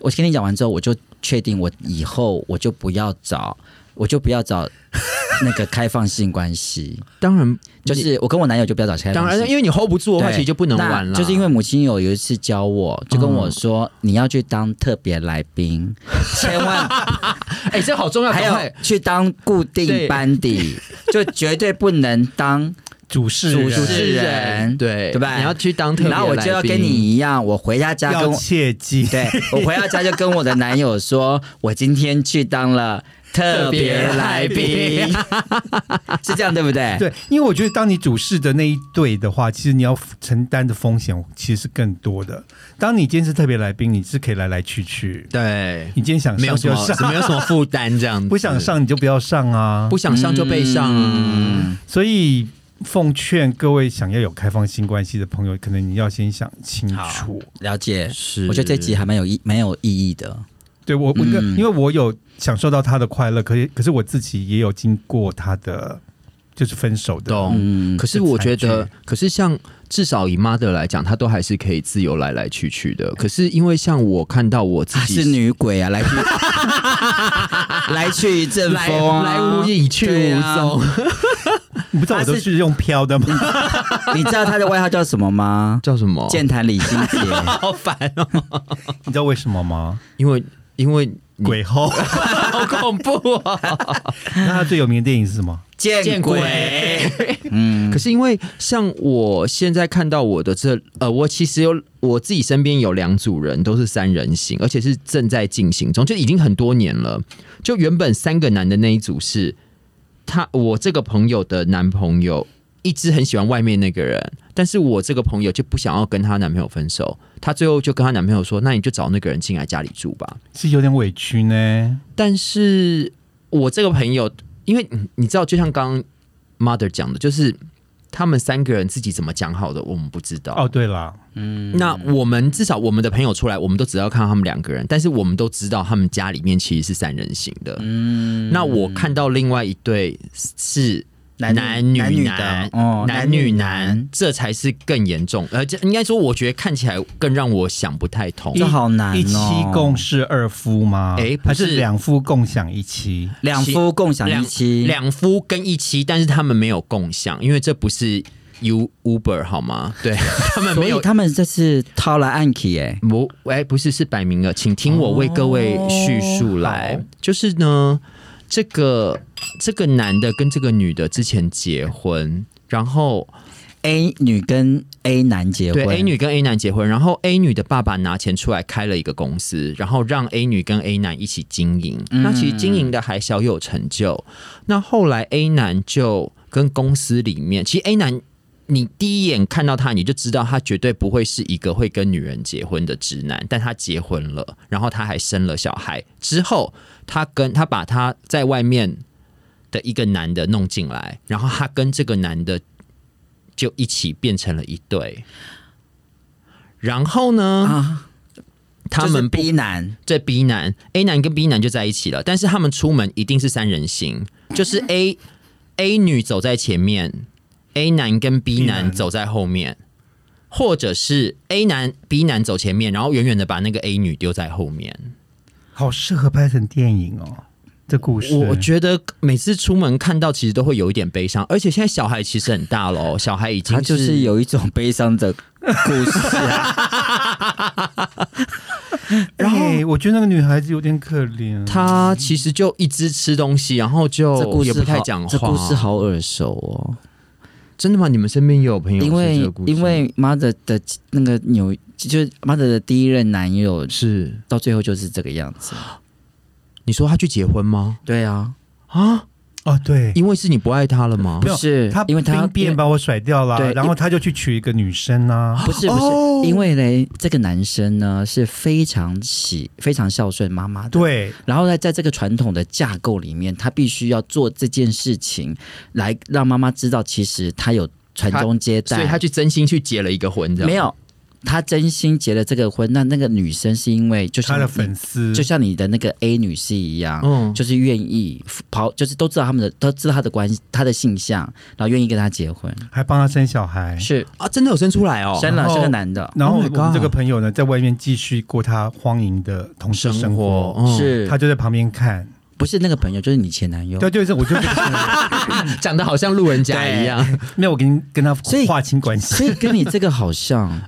Speaker 3: 我听你讲完之后，我就确定我以后我就不要找，我就不要找那个开放性关系，
Speaker 2: 当然
Speaker 3: 就是我跟我男友就不要找开放性。
Speaker 2: 当然，因为你 hold 不住的话，
Speaker 3: 哎对
Speaker 2: 其实就不能玩了。嗯
Speaker 3: 那就是因为母亲有有一次教我，就跟我说、你要去当特别来 宾，千万
Speaker 2: 哎、这好重要。
Speaker 3: 还
Speaker 2: 赶
Speaker 3: 有
Speaker 2: 快
Speaker 3: 去当固定
Speaker 2: 对
Speaker 3: 班底，就绝对不能当
Speaker 1: 主事人
Speaker 3: 主事人
Speaker 2: 对
Speaker 3: 对吧
Speaker 2: 你要去当特别来
Speaker 3: 然后我就要
Speaker 2: 宾
Speaker 3: 跟你一样，我回家家跟
Speaker 1: 要
Speaker 3: 我
Speaker 1: 切记，
Speaker 3: 对我回到家就跟我的男友说，我今天去当了特别来宾， 是这样对不对？
Speaker 1: 对，因为我觉得当你主事的那一队的话，其实你要承担的风险其实是更多的。当你今天是特别来宾，你是可以来来去去，
Speaker 2: 对，
Speaker 1: 你今天想
Speaker 2: 没有
Speaker 1: 上
Speaker 2: 什
Speaker 1: 就
Speaker 2: 么
Speaker 1: 上，
Speaker 2: 没有什么负担这样 子。
Speaker 1: 不想上你就不要上啊。
Speaker 2: 不想上就被上啊。
Speaker 3: 嗯，
Speaker 1: 所以奉劝各位想要有开放性关系的朋友，可能你要先想清楚。
Speaker 3: 了解。
Speaker 2: 是
Speaker 3: 我觉得这集还蛮有意，蛮有意义的。
Speaker 1: 对我，我、
Speaker 3: 嗯
Speaker 1: 因为我有享受到他的快乐，可是可是我自己也有经过他的就是分手的。
Speaker 2: 懂。
Speaker 3: 嗯，
Speaker 2: 可是我觉得，可是像至少以 mother 来讲，她都还是可以自由来来去去的。可是因为像我看到我自
Speaker 3: 她
Speaker 2: 己
Speaker 3: 是女鬼啊，来去来去一阵
Speaker 2: 来
Speaker 3: 风啊、
Speaker 2: 来无影去
Speaker 3: 对
Speaker 2: 无
Speaker 3: 啊
Speaker 2: 踪，
Speaker 1: 你不知道我都是用飘的吗？
Speaker 3: 你知道她的外号叫什么吗？
Speaker 2: 叫什么？
Speaker 3: 健谈李心洁，
Speaker 2: 好烦哦，
Speaker 1: 你知道为什么吗？
Speaker 2: 因为因为你
Speaker 1: 鬼后。
Speaker 2: 好恐怖啊！
Speaker 1: 那他最有名的电影是什么？
Speaker 3: 见
Speaker 2: 见
Speaker 3: 鬼。嗯，
Speaker 2: 可是因为像我现在看到我的这呃，我其实有我自己身边有两组人都是三人行，而且是正在进行中，就已经很多年了。就原本三个男的那一组是他，我这个朋友的男朋友一直很喜欢外面那个人，但是我这个朋友就不想要跟她男朋友分手，她最后就跟她男朋友说：“那你就找那个人进来家里住吧。”
Speaker 1: 是有点委屈呢。
Speaker 2: 但是我这个朋友，因为嗯你知道，就像刚刚 mother 讲的，就是他们三个人自己怎么讲好的，我们不知道。
Speaker 1: 哦，对啦，
Speaker 3: 嗯
Speaker 2: 那我们至少我们的朋友出来，我们都只要看到他们两个人，但是我们都知道他们家里面其实是三人行的。
Speaker 3: 嗯
Speaker 2: 那我看到另外一对是。
Speaker 3: 男女
Speaker 2: 男女
Speaker 3: 男女的哦
Speaker 2: 男女
Speaker 3: 男女男
Speaker 2: 男，这才是更严重。而且应该说，我觉得看起来更让我想不太通。
Speaker 3: 这好难哦，
Speaker 1: 一妻共侍二夫吗？
Speaker 2: 诶不
Speaker 1: 还
Speaker 2: 是
Speaker 1: 是两夫共享一妻？
Speaker 3: 两夫共享一妻，
Speaker 2: 两夫跟一妻，但是他们没有共享，因为这不是 U Uber 好吗？对 他们呃
Speaker 3: 所
Speaker 2: 没
Speaker 3: 以
Speaker 2: 有。
Speaker 3: 他们这次掏了暗器哎，
Speaker 2: 不，哎，不是，是摆明了，请听我为各位叙述来，
Speaker 1: 好
Speaker 2: 就是呢，这个这个男的跟这个女的之前结婚，然后
Speaker 3: A 女跟 A 男结婚，
Speaker 2: 对 A 女跟 A 男结婚，然后 A 女的爸爸拿钱出来开了一个公司，然后让 A 女跟 A 男一起经营。那其实经营的还小有成就。那后来 A 男就跟公司里面，其实 A 男。你第一眼看到他，你就知道他绝对不会是一个会跟女人结婚的直男，但他结婚了，然后他还生了小孩。之后，他跟他把他在外面的一个男的弄进来，然后他跟这个男的就一起变成了一对。然后呢，
Speaker 3: 啊，
Speaker 2: 他
Speaker 3: 就是
Speaker 2: 们不
Speaker 3: B 男
Speaker 2: 这 B 男 A 男跟 B 男就在一起了，但是他们出门一定是三人行，就是 A A 女走在前面，A 男跟 B 男走在后面，或者是 A 男 B 男走前面，然后远远的把那个 A 女丢在后面。
Speaker 1: 好适合拍成电影哦，这故事。
Speaker 2: 我我觉得每次出门看到，其实都会有一点悲伤，而且现在小孩其实很大了，哦小孩已经
Speaker 3: 他就是有一种悲伤的故 事啊，
Speaker 1: 然后、哎我觉得那个女孩子有点可怜。
Speaker 2: 他其实就一直吃东西，然后
Speaker 3: 这
Speaker 2: 就
Speaker 3: 故事
Speaker 2: 哦也不太
Speaker 3: 好
Speaker 2: 讲话。
Speaker 3: 这故事好耳熟哦，
Speaker 2: 真的吗？你们身边也有朋友
Speaker 3: 因
Speaker 2: 是这
Speaker 3: 为
Speaker 2: 个故事吗
Speaker 3: 因为 mother 的那个纽，就是 mother 的第一任男友
Speaker 2: 是
Speaker 3: 到最后就是这个样子，
Speaker 2: 你说他去结婚吗？
Speaker 3: 对啊，
Speaker 2: 啊，
Speaker 1: 哦，对，
Speaker 2: 因为是你不爱他了吗
Speaker 1: 没？有
Speaker 3: 是
Speaker 1: 他
Speaker 3: 因为他
Speaker 1: 兵变把我甩掉了
Speaker 3: 对，
Speaker 1: 然后他就去娶一个女生啊，
Speaker 3: 不是不是，
Speaker 2: 哦
Speaker 3: 因为呢，这个男生呢是非常喜、非常孝顺妈妈的。。
Speaker 1: 对，
Speaker 3: 然后呢，在这个传统的架构里面，他必须要做这件事情，来让妈妈知道，其实他有传宗接代。
Speaker 2: 所以他去真心去结了一个婚，这样
Speaker 3: 没有，他真心结了这个婚。那那个女生是因为就像
Speaker 1: 他的
Speaker 3: 你
Speaker 1: 粉丝
Speaker 3: 就像你的那个 A 女士一样，
Speaker 2: 嗯
Speaker 3: 就是愿意跑，就是都知道他们的，都知道他的关系，他的性向，然后愿意跟他结婚，
Speaker 1: 还帮他生小孩，
Speaker 3: 是
Speaker 2: 啊，真的有生出来哦，
Speaker 3: 生
Speaker 1: 然
Speaker 3: 了
Speaker 1: 后
Speaker 3: 是个男的，
Speaker 1: 然后
Speaker 2: Oh
Speaker 1: 我
Speaker 2: my
Speaker 1: 们这
Speaker 2: God
Speaker 1: 个朋友呢，在外面继续过他荒淫的同事生
Speaker 2: 活
Speaker 1: 活，
Speaker 2: 嗯
Speaker 3: 是嗯
Speaker 1: 他就在旁边看，
Speaker 3: 不是那个朋友，就是你前男友。
Speaker 1: 对，就是我就是
Speaker 2: 讲的好像路人甲一样，
Speaker 1: 没有我跟跟他
Speaker 3: 所以
Speaker 1: 划清关系，
Speaker 3: 所以跟你这个好像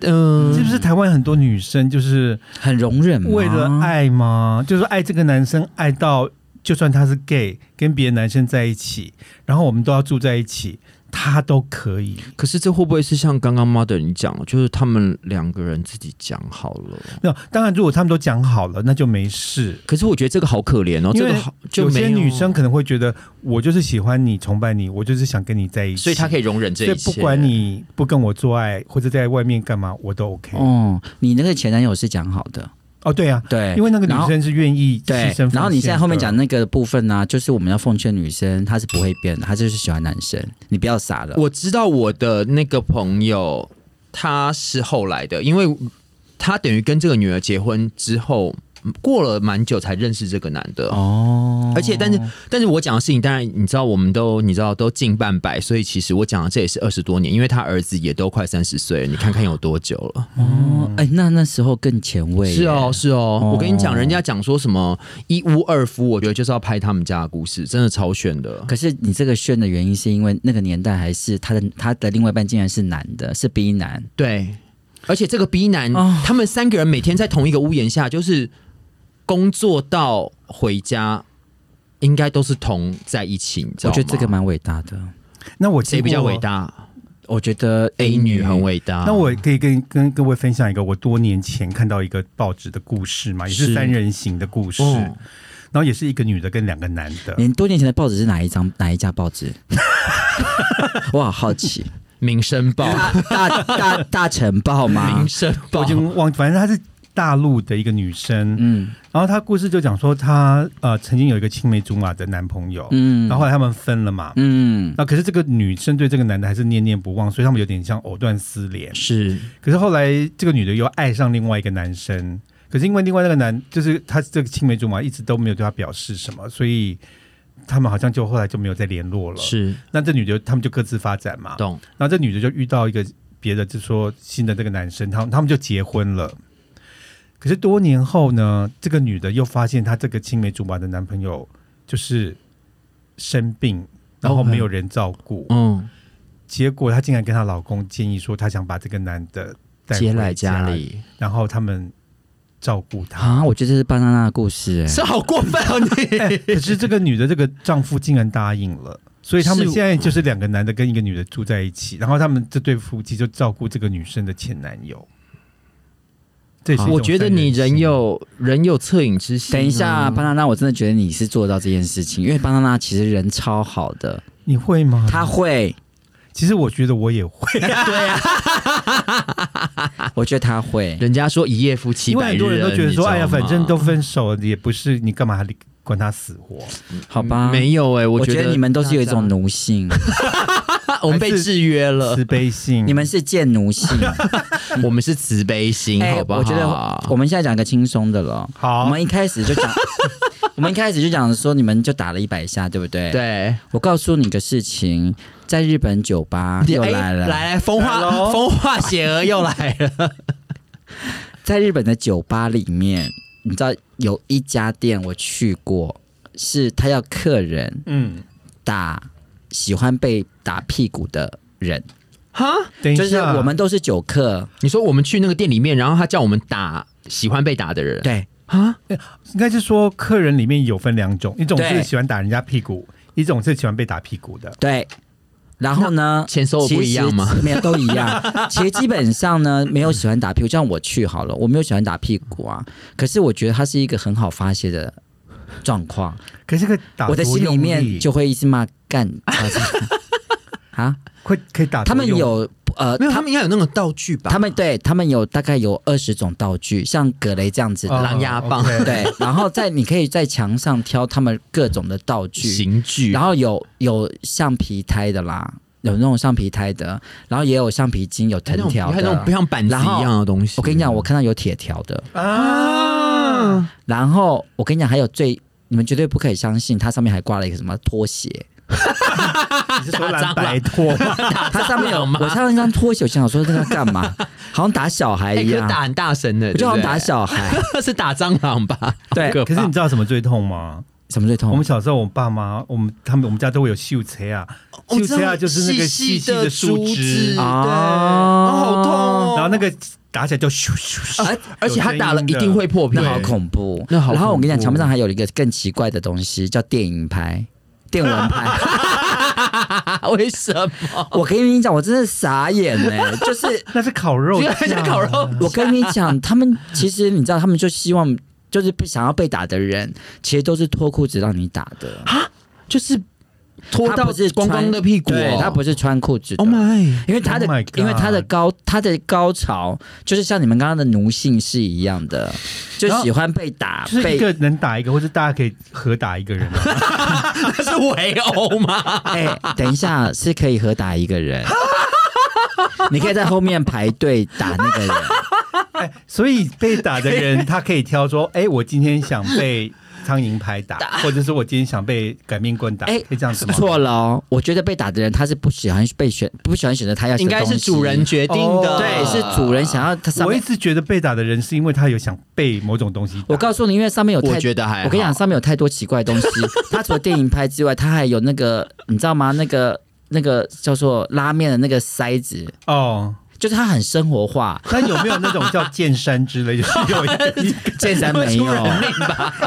Speaker 2: 嗯，
Speaker 1: 是不是台湾很多女生就是
Speaker 3: 很容忍吗？
Speaker 1: 为了爱吗？就是爱这个男生爱到，就算他是 gay，跟别的男生在一起，然后我们都要住在一起，他都可以。
Speaker 2: 可是这会不会是像刚刚 mother 你讲，就是他们两个人自己讲好了？
Speaker 1: 那当然，如果他们都讲好了，那就没事。
Speaker 2: 可是我觉得这个好可怜哦，
Speaker 1: 因
Speaker 2: 这
Speaker 1: 为
Speaker 2: 个好就
Speaker 1: 有
Speaker 2: 没
Speaker 1: 些女生，可能会觉得，我就是喜欢你，崇拜你，我就是想跟你在一起，
Speaker 2: 所以她可
Speaker 1: 以。
Speaker 2: 以容忍这
Speaker 1: 所以
Speaker 2: 一
Speaker 1: 不
Speaker 2: 切。
Speaker 1: 管你不跟我做爱，或者在外面干嘛，我都 OK。哦，
Speaker 3: 哦，你那个前男友是讲好的，
Speaker 1: 对啊，
Speaker 3: 对，
Speaker 1: 因为那个女
Speaker 3: 然后
Speaker 1: 生是愿意
Speaker 3: 对
Speaker 1: 牺牲。
Speaker 3: 然后你现在后面讲
Speaker 1: 的，
Speaker 3: 那个部分呢、就是我们要奉劝女生，她是不会变的，她就是喜欢男生，你不要傻了。
Speaker 2: 我知道我的那个朋友，他是后来的，因为他等于跟这个女儿结婚之后，嗯过了蛮久才认识这个男的。
Speaker 3: 哦，
Speaker 2: 而且，但是，但是我讲的事情，当然你知道，我们都你知道都近半百，所以其实我讲的这也是二十多年，因为他儿子也都快三十岁了，你看看有多久了。
Speaker 3: 哦，哎、那那时候更前卫，
Speaker 2: 是哦，，是哦，
Speaker 3: 哦
Speaker 2: 我跟你讲，人家讲说什么一屋二夫，我觉得就是要拍他们家的故事，真的超炫的。
Speaker 3: 可是你这个炫的原因是因为那个年代还是他的他的另外一半竟然是男的，是 B 男，
Speaker 2: 对，而且这个 B 男，
Speaker 3: 哦
Speaker 2: 他们三个人每天在同一个屋檐下，就是工作到回家，应该都是同在一起，你知道
Speaker 3: 我
Speaker 2: 吗？
Speaker 3: 觉得这个蛮伟大的。
Speaker 1: 那我
Speaker 2: 谁比较
Speaker 1: 经过
Speaker 2: 伟大
Speaker 3: 我觉得
Speaker 2: ？A 女很伟
Speaker 3: 啊
Speaker 2: 大。
Speaker 1: 那我可以跟跟各位分享一个我多年前看到一个报纸的故事嘛，也
Speaker 2: 是
Speaker 1: 是三人行的故事，
Speaker 2: 嗯
Speaker 1: 然后也是一个女的跟两个男的。
Speaker 3: 哦你多年前的报纸是哪一张哪一家 报纸？我好好奇，
Speaker 2: 民生报，
Speaker 3: 大大大晨报吗
Speaker 2: 民？生
Speaker 1: 我
Speaker 2: 报
Speaker 1: 已，经忘，反正她是大陆的一个女生，
Speaker 3: 嗯
Speaker 1: 然后她故事就讲说她呃曾经有一个青梅竹马的男朋友，
Speaker 3: 嗯，
Speaker 1: 然后后来他们分了嘛。
Speaker 3: 嗯
Speaker 1: 那可是这个女生对这个男的还是念念不忘，所以他们有点像藕断丝连。
Speaker 2: 是
Speaker 1: 可是后来这个女的又爱上另外一个男生，可是因为另外那个男就是他这个青梅竹马一直都没有对他表示什么，所以他们好像就后来就没有再联络了。
Speaker 2: 是，
Speaker 1: 那这女的他们就各自发展嘛，
Speaker 2: 懂
Speaker 1: 然后这女的就遇到一个别的，就说新的这个男生，他他们就结婚了。可是多年后呢，这个女的又发现她这个青梅竹马的男朋友就是生病，然后
Speaker 2: OK
Speaker 1: 没有人照顾
Speaker 2: 嗯，
Speaker 1: 结果她竟然跟她老公建议说，她想把这个男的带回
Speaker 2: 接来
Speaker 1: 家
Speaker 2: 家，里。
Speaker 1: 然后他们照顾 她。
Speaker 3: 啊，我觉得这是巴娜娜的故事、哎
Speaker 2: 这好过分哦！你
Speaker 1: 哎可是这个女的这个丈夫竟然答应了，所以他们
Speaker 2: 是
Speaker 1: 现在就是两个男的跟一个女的住在一起，然后他们这对夫妻就照顾这个女生的前男友。这也是一种
Speaker 2: 我觉得
Speaker 1: 啊
Speaker 2: 你
Speaker 1: 三
Speaker 2: 人
Speaker 1: 性
Speaker 2: 有人有恻隐之心啊。
Speaker 3: 等一下，巴娜娜，我真的觉得你是做到这件事情，因为巴娜娜其实人超好的，
Speaker 1: 你会吗？
Speaker 3: 她会，
Speaker 1: 其实我觉得我也 会，
Speaker 3: 我觉得她会，
Speaker 2: 啊人家说一夜夫妻
Speaker 1: 因为
Speaker 2: 百日
Speaker 1: 很多人都觉得
Speaker 2: 你知
Speaker 1: 说，
Speaker 2: 道
Speaker 1: 哎呀，
Speaker 2: 吗
Speaker 1: 反正都分手了，也不是你干嘛还管他死活？
Speaker 3: 好吧？
Speaker 2: 没有哎、
Speaker 3: 我
Speaker 2: 觉
Speaker 3: 觉得你们都是有一种奴性，
Speaker 2: 大家，我们被制约 了
Speaker 1: 慈，悲心，
Speaker 3: 你们是贱奴 性，
Speaker 2: 我们是慈悲心，
Speaker 3: 哎
Speaker 2: 好不好？
Speaker 3: 我觉得我们现在讲个轻松的了。
Speaker 1: 好，
Speaker 3: 我们一开始就讲，我们一开始就讲说你们就打了一百下，对不对？。
Speaker 2: 对，哎
Speaker 3: 我告诉你个事情，在日本酒吧又
Speaker 2: 哎
Speaker 3: 来了，
Speaker 2: 来来，风化
Speaker 1: 来喽
Speaker 2: 风化雪儿又来了，
Speaker 3: 在日本的酒吧里面，你知道有一家店我去过，是他要客人
Speaker 1: 嗯，
Speaker 3: 打喜欢被打屁股的人，
Speaker 2: 哈！
Speaker 1: 等一下，
Speaker 3: 就是我们都是酒客，
Speaker 2: 你说我们去那个店里面，然后他叫我们打喜欢被打的人，
Speaker 3: 对，
Speaker 2: 啊，
Speaker 1: 应该是说，客人里面有分两种，一种
Speaker 3: 对
Speaker 1: 是喜欢打人家屁股，一种是喜欢被打屁股的。
Speaker 3: 对。然后呢？
Speaker 2: 钱收的不一样吗
Speaker 3: 其实？没有，都一 样。其实基本上呢，没有喜欢打屁股，就像我去好了，我没有喜欢打屁股啊。可是我觉得它是一个很好发泄的状况，
Speaker 1: 可是这个打
Speaker 3: 我的
Speaker 1: 多
Speaker 3: 心里
Speaker 1: 用
Speaker 3: 面
Speaker 1: 力
Speaker 3: 就会一直骂干他这个 啊！
Speaker 1: 会可以打多用力。
Speaker 3: 他们有呃，
Speaker 2: 没有，
Speaker 3: 他
Speaker 2: 他们应该有那种道具吧？
Speaker 3: 他们对他们有大概有二十种道具，像葛雷这样子的，
Speaker 1: 哦
Speaker 2: 狼牙棒
Speaker 1: OK
Speaker 3: 对，然后在你可以在墙上挑他们各种的道具，
Speaker 2: 刑具，
Speaker 3: 然
Speaker 2: 后
Speaker 3: 后有有橡皮胎的啦，有那种橡皮胎的，然后也有橡皮筋，有
Speaker 2: 还有
Speaker 3: 藤
Speaker 2: 那种
Speaker 3: 条
Speaker 1: 哎
Speaker 2: 还有那种不
Speaker 3: 的。
Speaker 2: 像板子
Speaker 3: 然后
Speaker 2: 一样的东西。
Speaker 3: 我跟你讲，我看到有铁条的，
Speaker 1: 啊，
Speaker 3: 然后我跟你讲，还有最你们绝对不可以相信，它上面还挂了一个什么拖鞋，
Speaker 1: 你是说蓝白拖吗？
Speaker 3: 它 上面有
Speaker 2: 蟑螂吗
Speaker 3: 我看到一张拖鞋，我想说这个干 嘛？好像打小孩
Speaker 2: 哎，可
Speaker 3: 一
Speaker 2: 是
Speaker 3: 样，
Speaker 2: 打很大声的，
Speaker 3: 我就好像
Speaker 2: 对不对
Speaker 3: 打，小孩，
Speaker 2: 是打蟑螂吧？
Speaker 3: 对
Speaker 2: 好可
Speaker 1: 可
Speaker 2: 怕
Speaker 1: 是你知道什么最痛吗？
Speaker 3: 什么最
Speaker 1: 我
Speaker 3: 痛
Speaker 1: 们？小时候，我爸妈，我们他们我们家都会有绣车啊，
Speaker 2: 我
Speaker 1: 绣
Speaker 2: 知道
Speaker 1: 车啊就是那个细
Speaker 2: 细细的
Speaker 1: 的树
Speaker 2: 竹子
Speaker 1: 然
Speaker 2: 对
Speaker 3: 哦
Speaker 2: 好痛哦
Speaker 1: 后那个打起来就咻咻咻，
Speaker 2: 而啊而且他打了
Speaker 1: 有声
Speaker 2: 一
Speaker 1: 音的
Speaker 2: 定会破皮
Speaker 3: 那，好恐怖，
Speaker 2: 那好恐怖
Speaker 3: 然后我跟你讲，墙面上还有一个更奇怪的东西，叫电影拍、电蚊拍。
Speaker 2: 啊 为什么？
Speaker 3: 我跟你讲，我真的傻眼哎、就是
Speaker 1: 那是烤肉
Speaker 2: 居
Speaker 1: 架，
Speaker 2: 然像烤 肉，
Speaker 3: 我跟你讲，他们其实你知道，他们就希望就是不想要被打的人，其实都是脱裤子让你打的，
Speaker 1: 啊
Speaker 2: 就是拖
Speaker 3: 他
Speaker 2: 到
Speaker 3: 不是
Speaker 2: 光光
Speaker 3: 穿
Speaker 2: 的屁股哦，
Speaker 3: 对他不是穿裤子的。
Speaker 2: ，Oh my，
Speaker 3: 因为他的
Speaker 1: Oh my God
Speaker 3: 因为他的高，他的高潮就是像你们刚刚的奴性是一样的，就喜欢被打，
Speaker 1: 就是一
Speaker 3: 被
Speaker 1: 个人打一个，或者大家可以合打一个人啊。
Speaker 2: 那是围殴吗？
Speaker 3: 哎、等一下是可以合打一个 人，你可以在后面排队打那 个人，
Speaker 1: 哎所以被打的人，他可以挑说：“哎、我今天想被苍蝇拍 打，或者是我今天想被擀面棍打。
Speaker 3: 哎
Speaker 1: 可以这样子吗？
Speaker 3: 错了哦。我觉得被打的人他是不喜欢被选，不喜欢选择他要学
Speaker 2: 应
Speaker 3: 的东
Speaker 2: 该
Speaker 3: 西
Speaker 2: 是主人决定的，
Speaker 1: 哦
Speaker 3: 对，啊是主人想要他上
Speaker 1: 我一
Speaker 3: 面。
Speaker 1: 直觉得被打的人是因为他有想被某种东西打。
Speaker 3: 我告诉你，因为上面有
Speaker 2: 我
Speaker 3: 太，
Speaker 2: 觉得还好
Speaker 3: 我跟你讲，上面有太多奇怪的东西。 他除了电影拍之外，他还有那个，你知道吗？那个那个叫做拉面的那个塞子，
Speaker 1: 哦，
Speaker 3: 就是它很生活化。
Speaker 1: 那有没有那种叫剑山之类，就是有一个
Speaker 3: 剑山没有，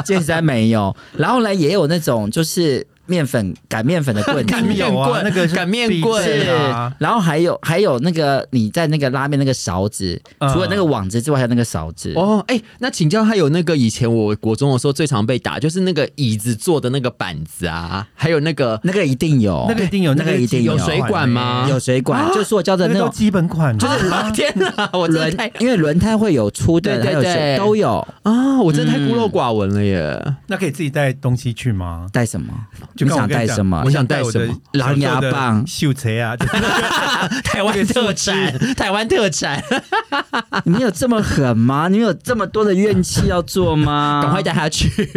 Speaker 3: 剑山没有。然后呢，也有那种就是面粉 擀面粉的棍子
Speaker 2: 擀。面
Speaker 1: 有啊
Speaker 2: 棍，
Speaker 1: 那个是
Speaker 2: 擀面棍
Speaker 1: 必
Speaker 3: 是
Speaker 1: 备啊，
Speaker 3: 然后还有还有那个你在那个拉面那个勺子，
Speaker 1: 嗯
Speaker 3: 除了那个网子之外，还有那个勺子。
Speaker 2: 哦，哎、那请教他有那个以前我国中的时候最常被打，就是那个椅子做的那个板子啊，还有那个
Speaker 3: 那个一定有，
Speaker 1: 那个一定有，
Speaker 3: 哦那个一定
Speaker 1: 那
Speaker 3: 有
Speaker 1: 个基本
Speaker 2: 水管吗啊
Speaker 3: 有水管，就塑胶的
Speaker 1: 款欸？
Speaker 3: 那
Speaker 1: 那都
Speaker 3: 种
Speaker 1: 基本款啊
Speaker 2: 就
Speaker 1: 吗，
Speaker 2: 是、
Speaker 3: 啊
Speaker 2: 天哪，我真的
Speaker 3: 轮
Speaker 2: 太，
Speaker 3: 因为轮胎会有粗的，
Speaker 2: 对对
Speaker 3: 还有水
Speaker 2: 对
Speaker 3: 都有。
Speaker 2: 啊，我真的太孤陋寡闻了耶！
Speaker 1: 那可以自己带东西去吗？
Speaker 3: 带什么？
Speaker 1: 就
Speaker 3: 你
Speaker 1: 跟我
Speaker 3: 想
Speaker 1: 跟
Speaker 3: 带
Speaker 1: 你讲
Speaker 3: 什么
Speaker 2: 我？想带
Speaker 1: 我
Speaker 2: 什
Speaker 1: 的
Speaker 2: 么？
Speaker 3: 狼牙棒
Speaker 1: 秀才啊，就是
Speaker 2: 台湾特产，台湾特产，
Speaker 3: 你们有这么狠吗？你们有这么多的怨气要做吗？
Speaker 2: 赶快带他去。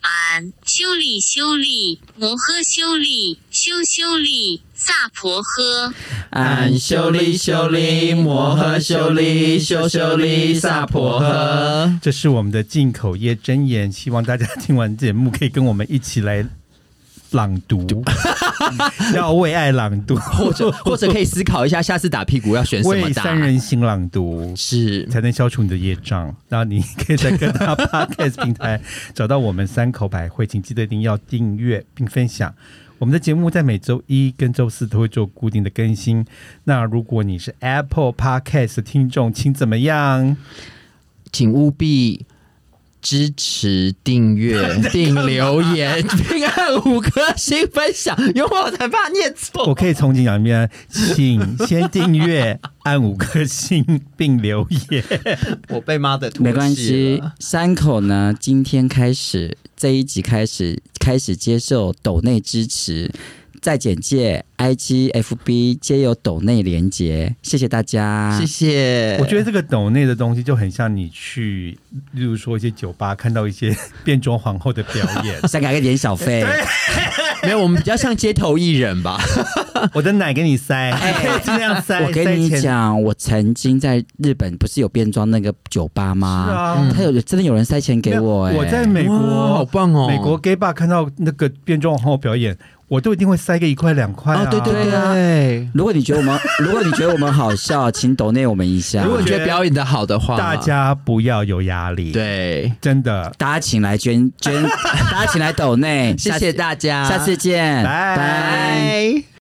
Speaker 4: 俺修理修理摩诃修理修修理萨婆诃。
Speaker 3: 俺修理修理摩诃修理修修理萨婆诃。
Speaker 1: 这是我们的进口业真言，希望大家听完节目可以跟我们一起来朗读， 要为爱朗读，
Speaker 2: 或者 或者可以思考一下，下次打屁股要选什么
Speaker 1: 为
Speaker 2: 打？
Speaker 1: 三人行朗读。
Speaker 2: 是
Speaker 1: 才能消除你的业障。然后你可以在各大 podcast 平台找到我们三口百惠，请记得一定要订阅并分享。我们的节目在每周一跟周四都会做固定的更新。那如果你是 Apple Podcast 的听众，请怎么样？
Speaker 2: 请务必支持订 阅并留言，并按五颗星分享，有我才怕念错。
Speaker 1: 我可以从景阳面，请先订阅，按五颗星并留言。
Speaker 2: 我被妈的
Speaker 3: 没关系，山口呢，今天开始这一集开始开始接受抖内支持，在简介、IG、FB 皆有抖内连接，谢谢大家。
Speaker 2: 谢谢。
Speaker 1: 啊我觉得这个抖内的东西就很像你去，例如说一些酒吧看到一些变装皇后的表 演，
Speaker 3: 想给他一点小费，
Speaker 2: 没有，我们比较像街头艺人吧。
Speaker 1: 我的奶给你塞，可以尽量塞。
Speaker 3: 我跟你
Speaker 1: 塞钱
Speaker 3: 讲，我曾经在日本不是有变装那个酒吧吗？
Speaker 1: 是啊
Speaker 3: 他有真的有人塞钱给我、哎，
Speaker 1: 我在美国，
Speaker 2: 哇好棒哦
Speaker 1: 美国 gay bar 看到那个变装皇后表演，我都一定会塞个一块两块啊。
Speaker 2: 哦，对对
Speaker 3: 对啊
Speaker 2: 对。
Speaker 3: 如果你觉得我们，如果你觉得我们好笑，请抖内我们一下
Speaker 2: 如。果你觉得表演的好的话，
Speaker 1: 大家不要有压力，，
Speaker 2: 对，
Speaker 1: 真的。
Speaker 3: 大家请来 捐捐，大家请来抖内，
Speaker 2: 谢
Speaker 3: 下次
Speaker 2: 谢大家，
Speaker 3: 下次见，
Speaker 1: 拜
Speaker 3: 拜
Speaker 2: 拜。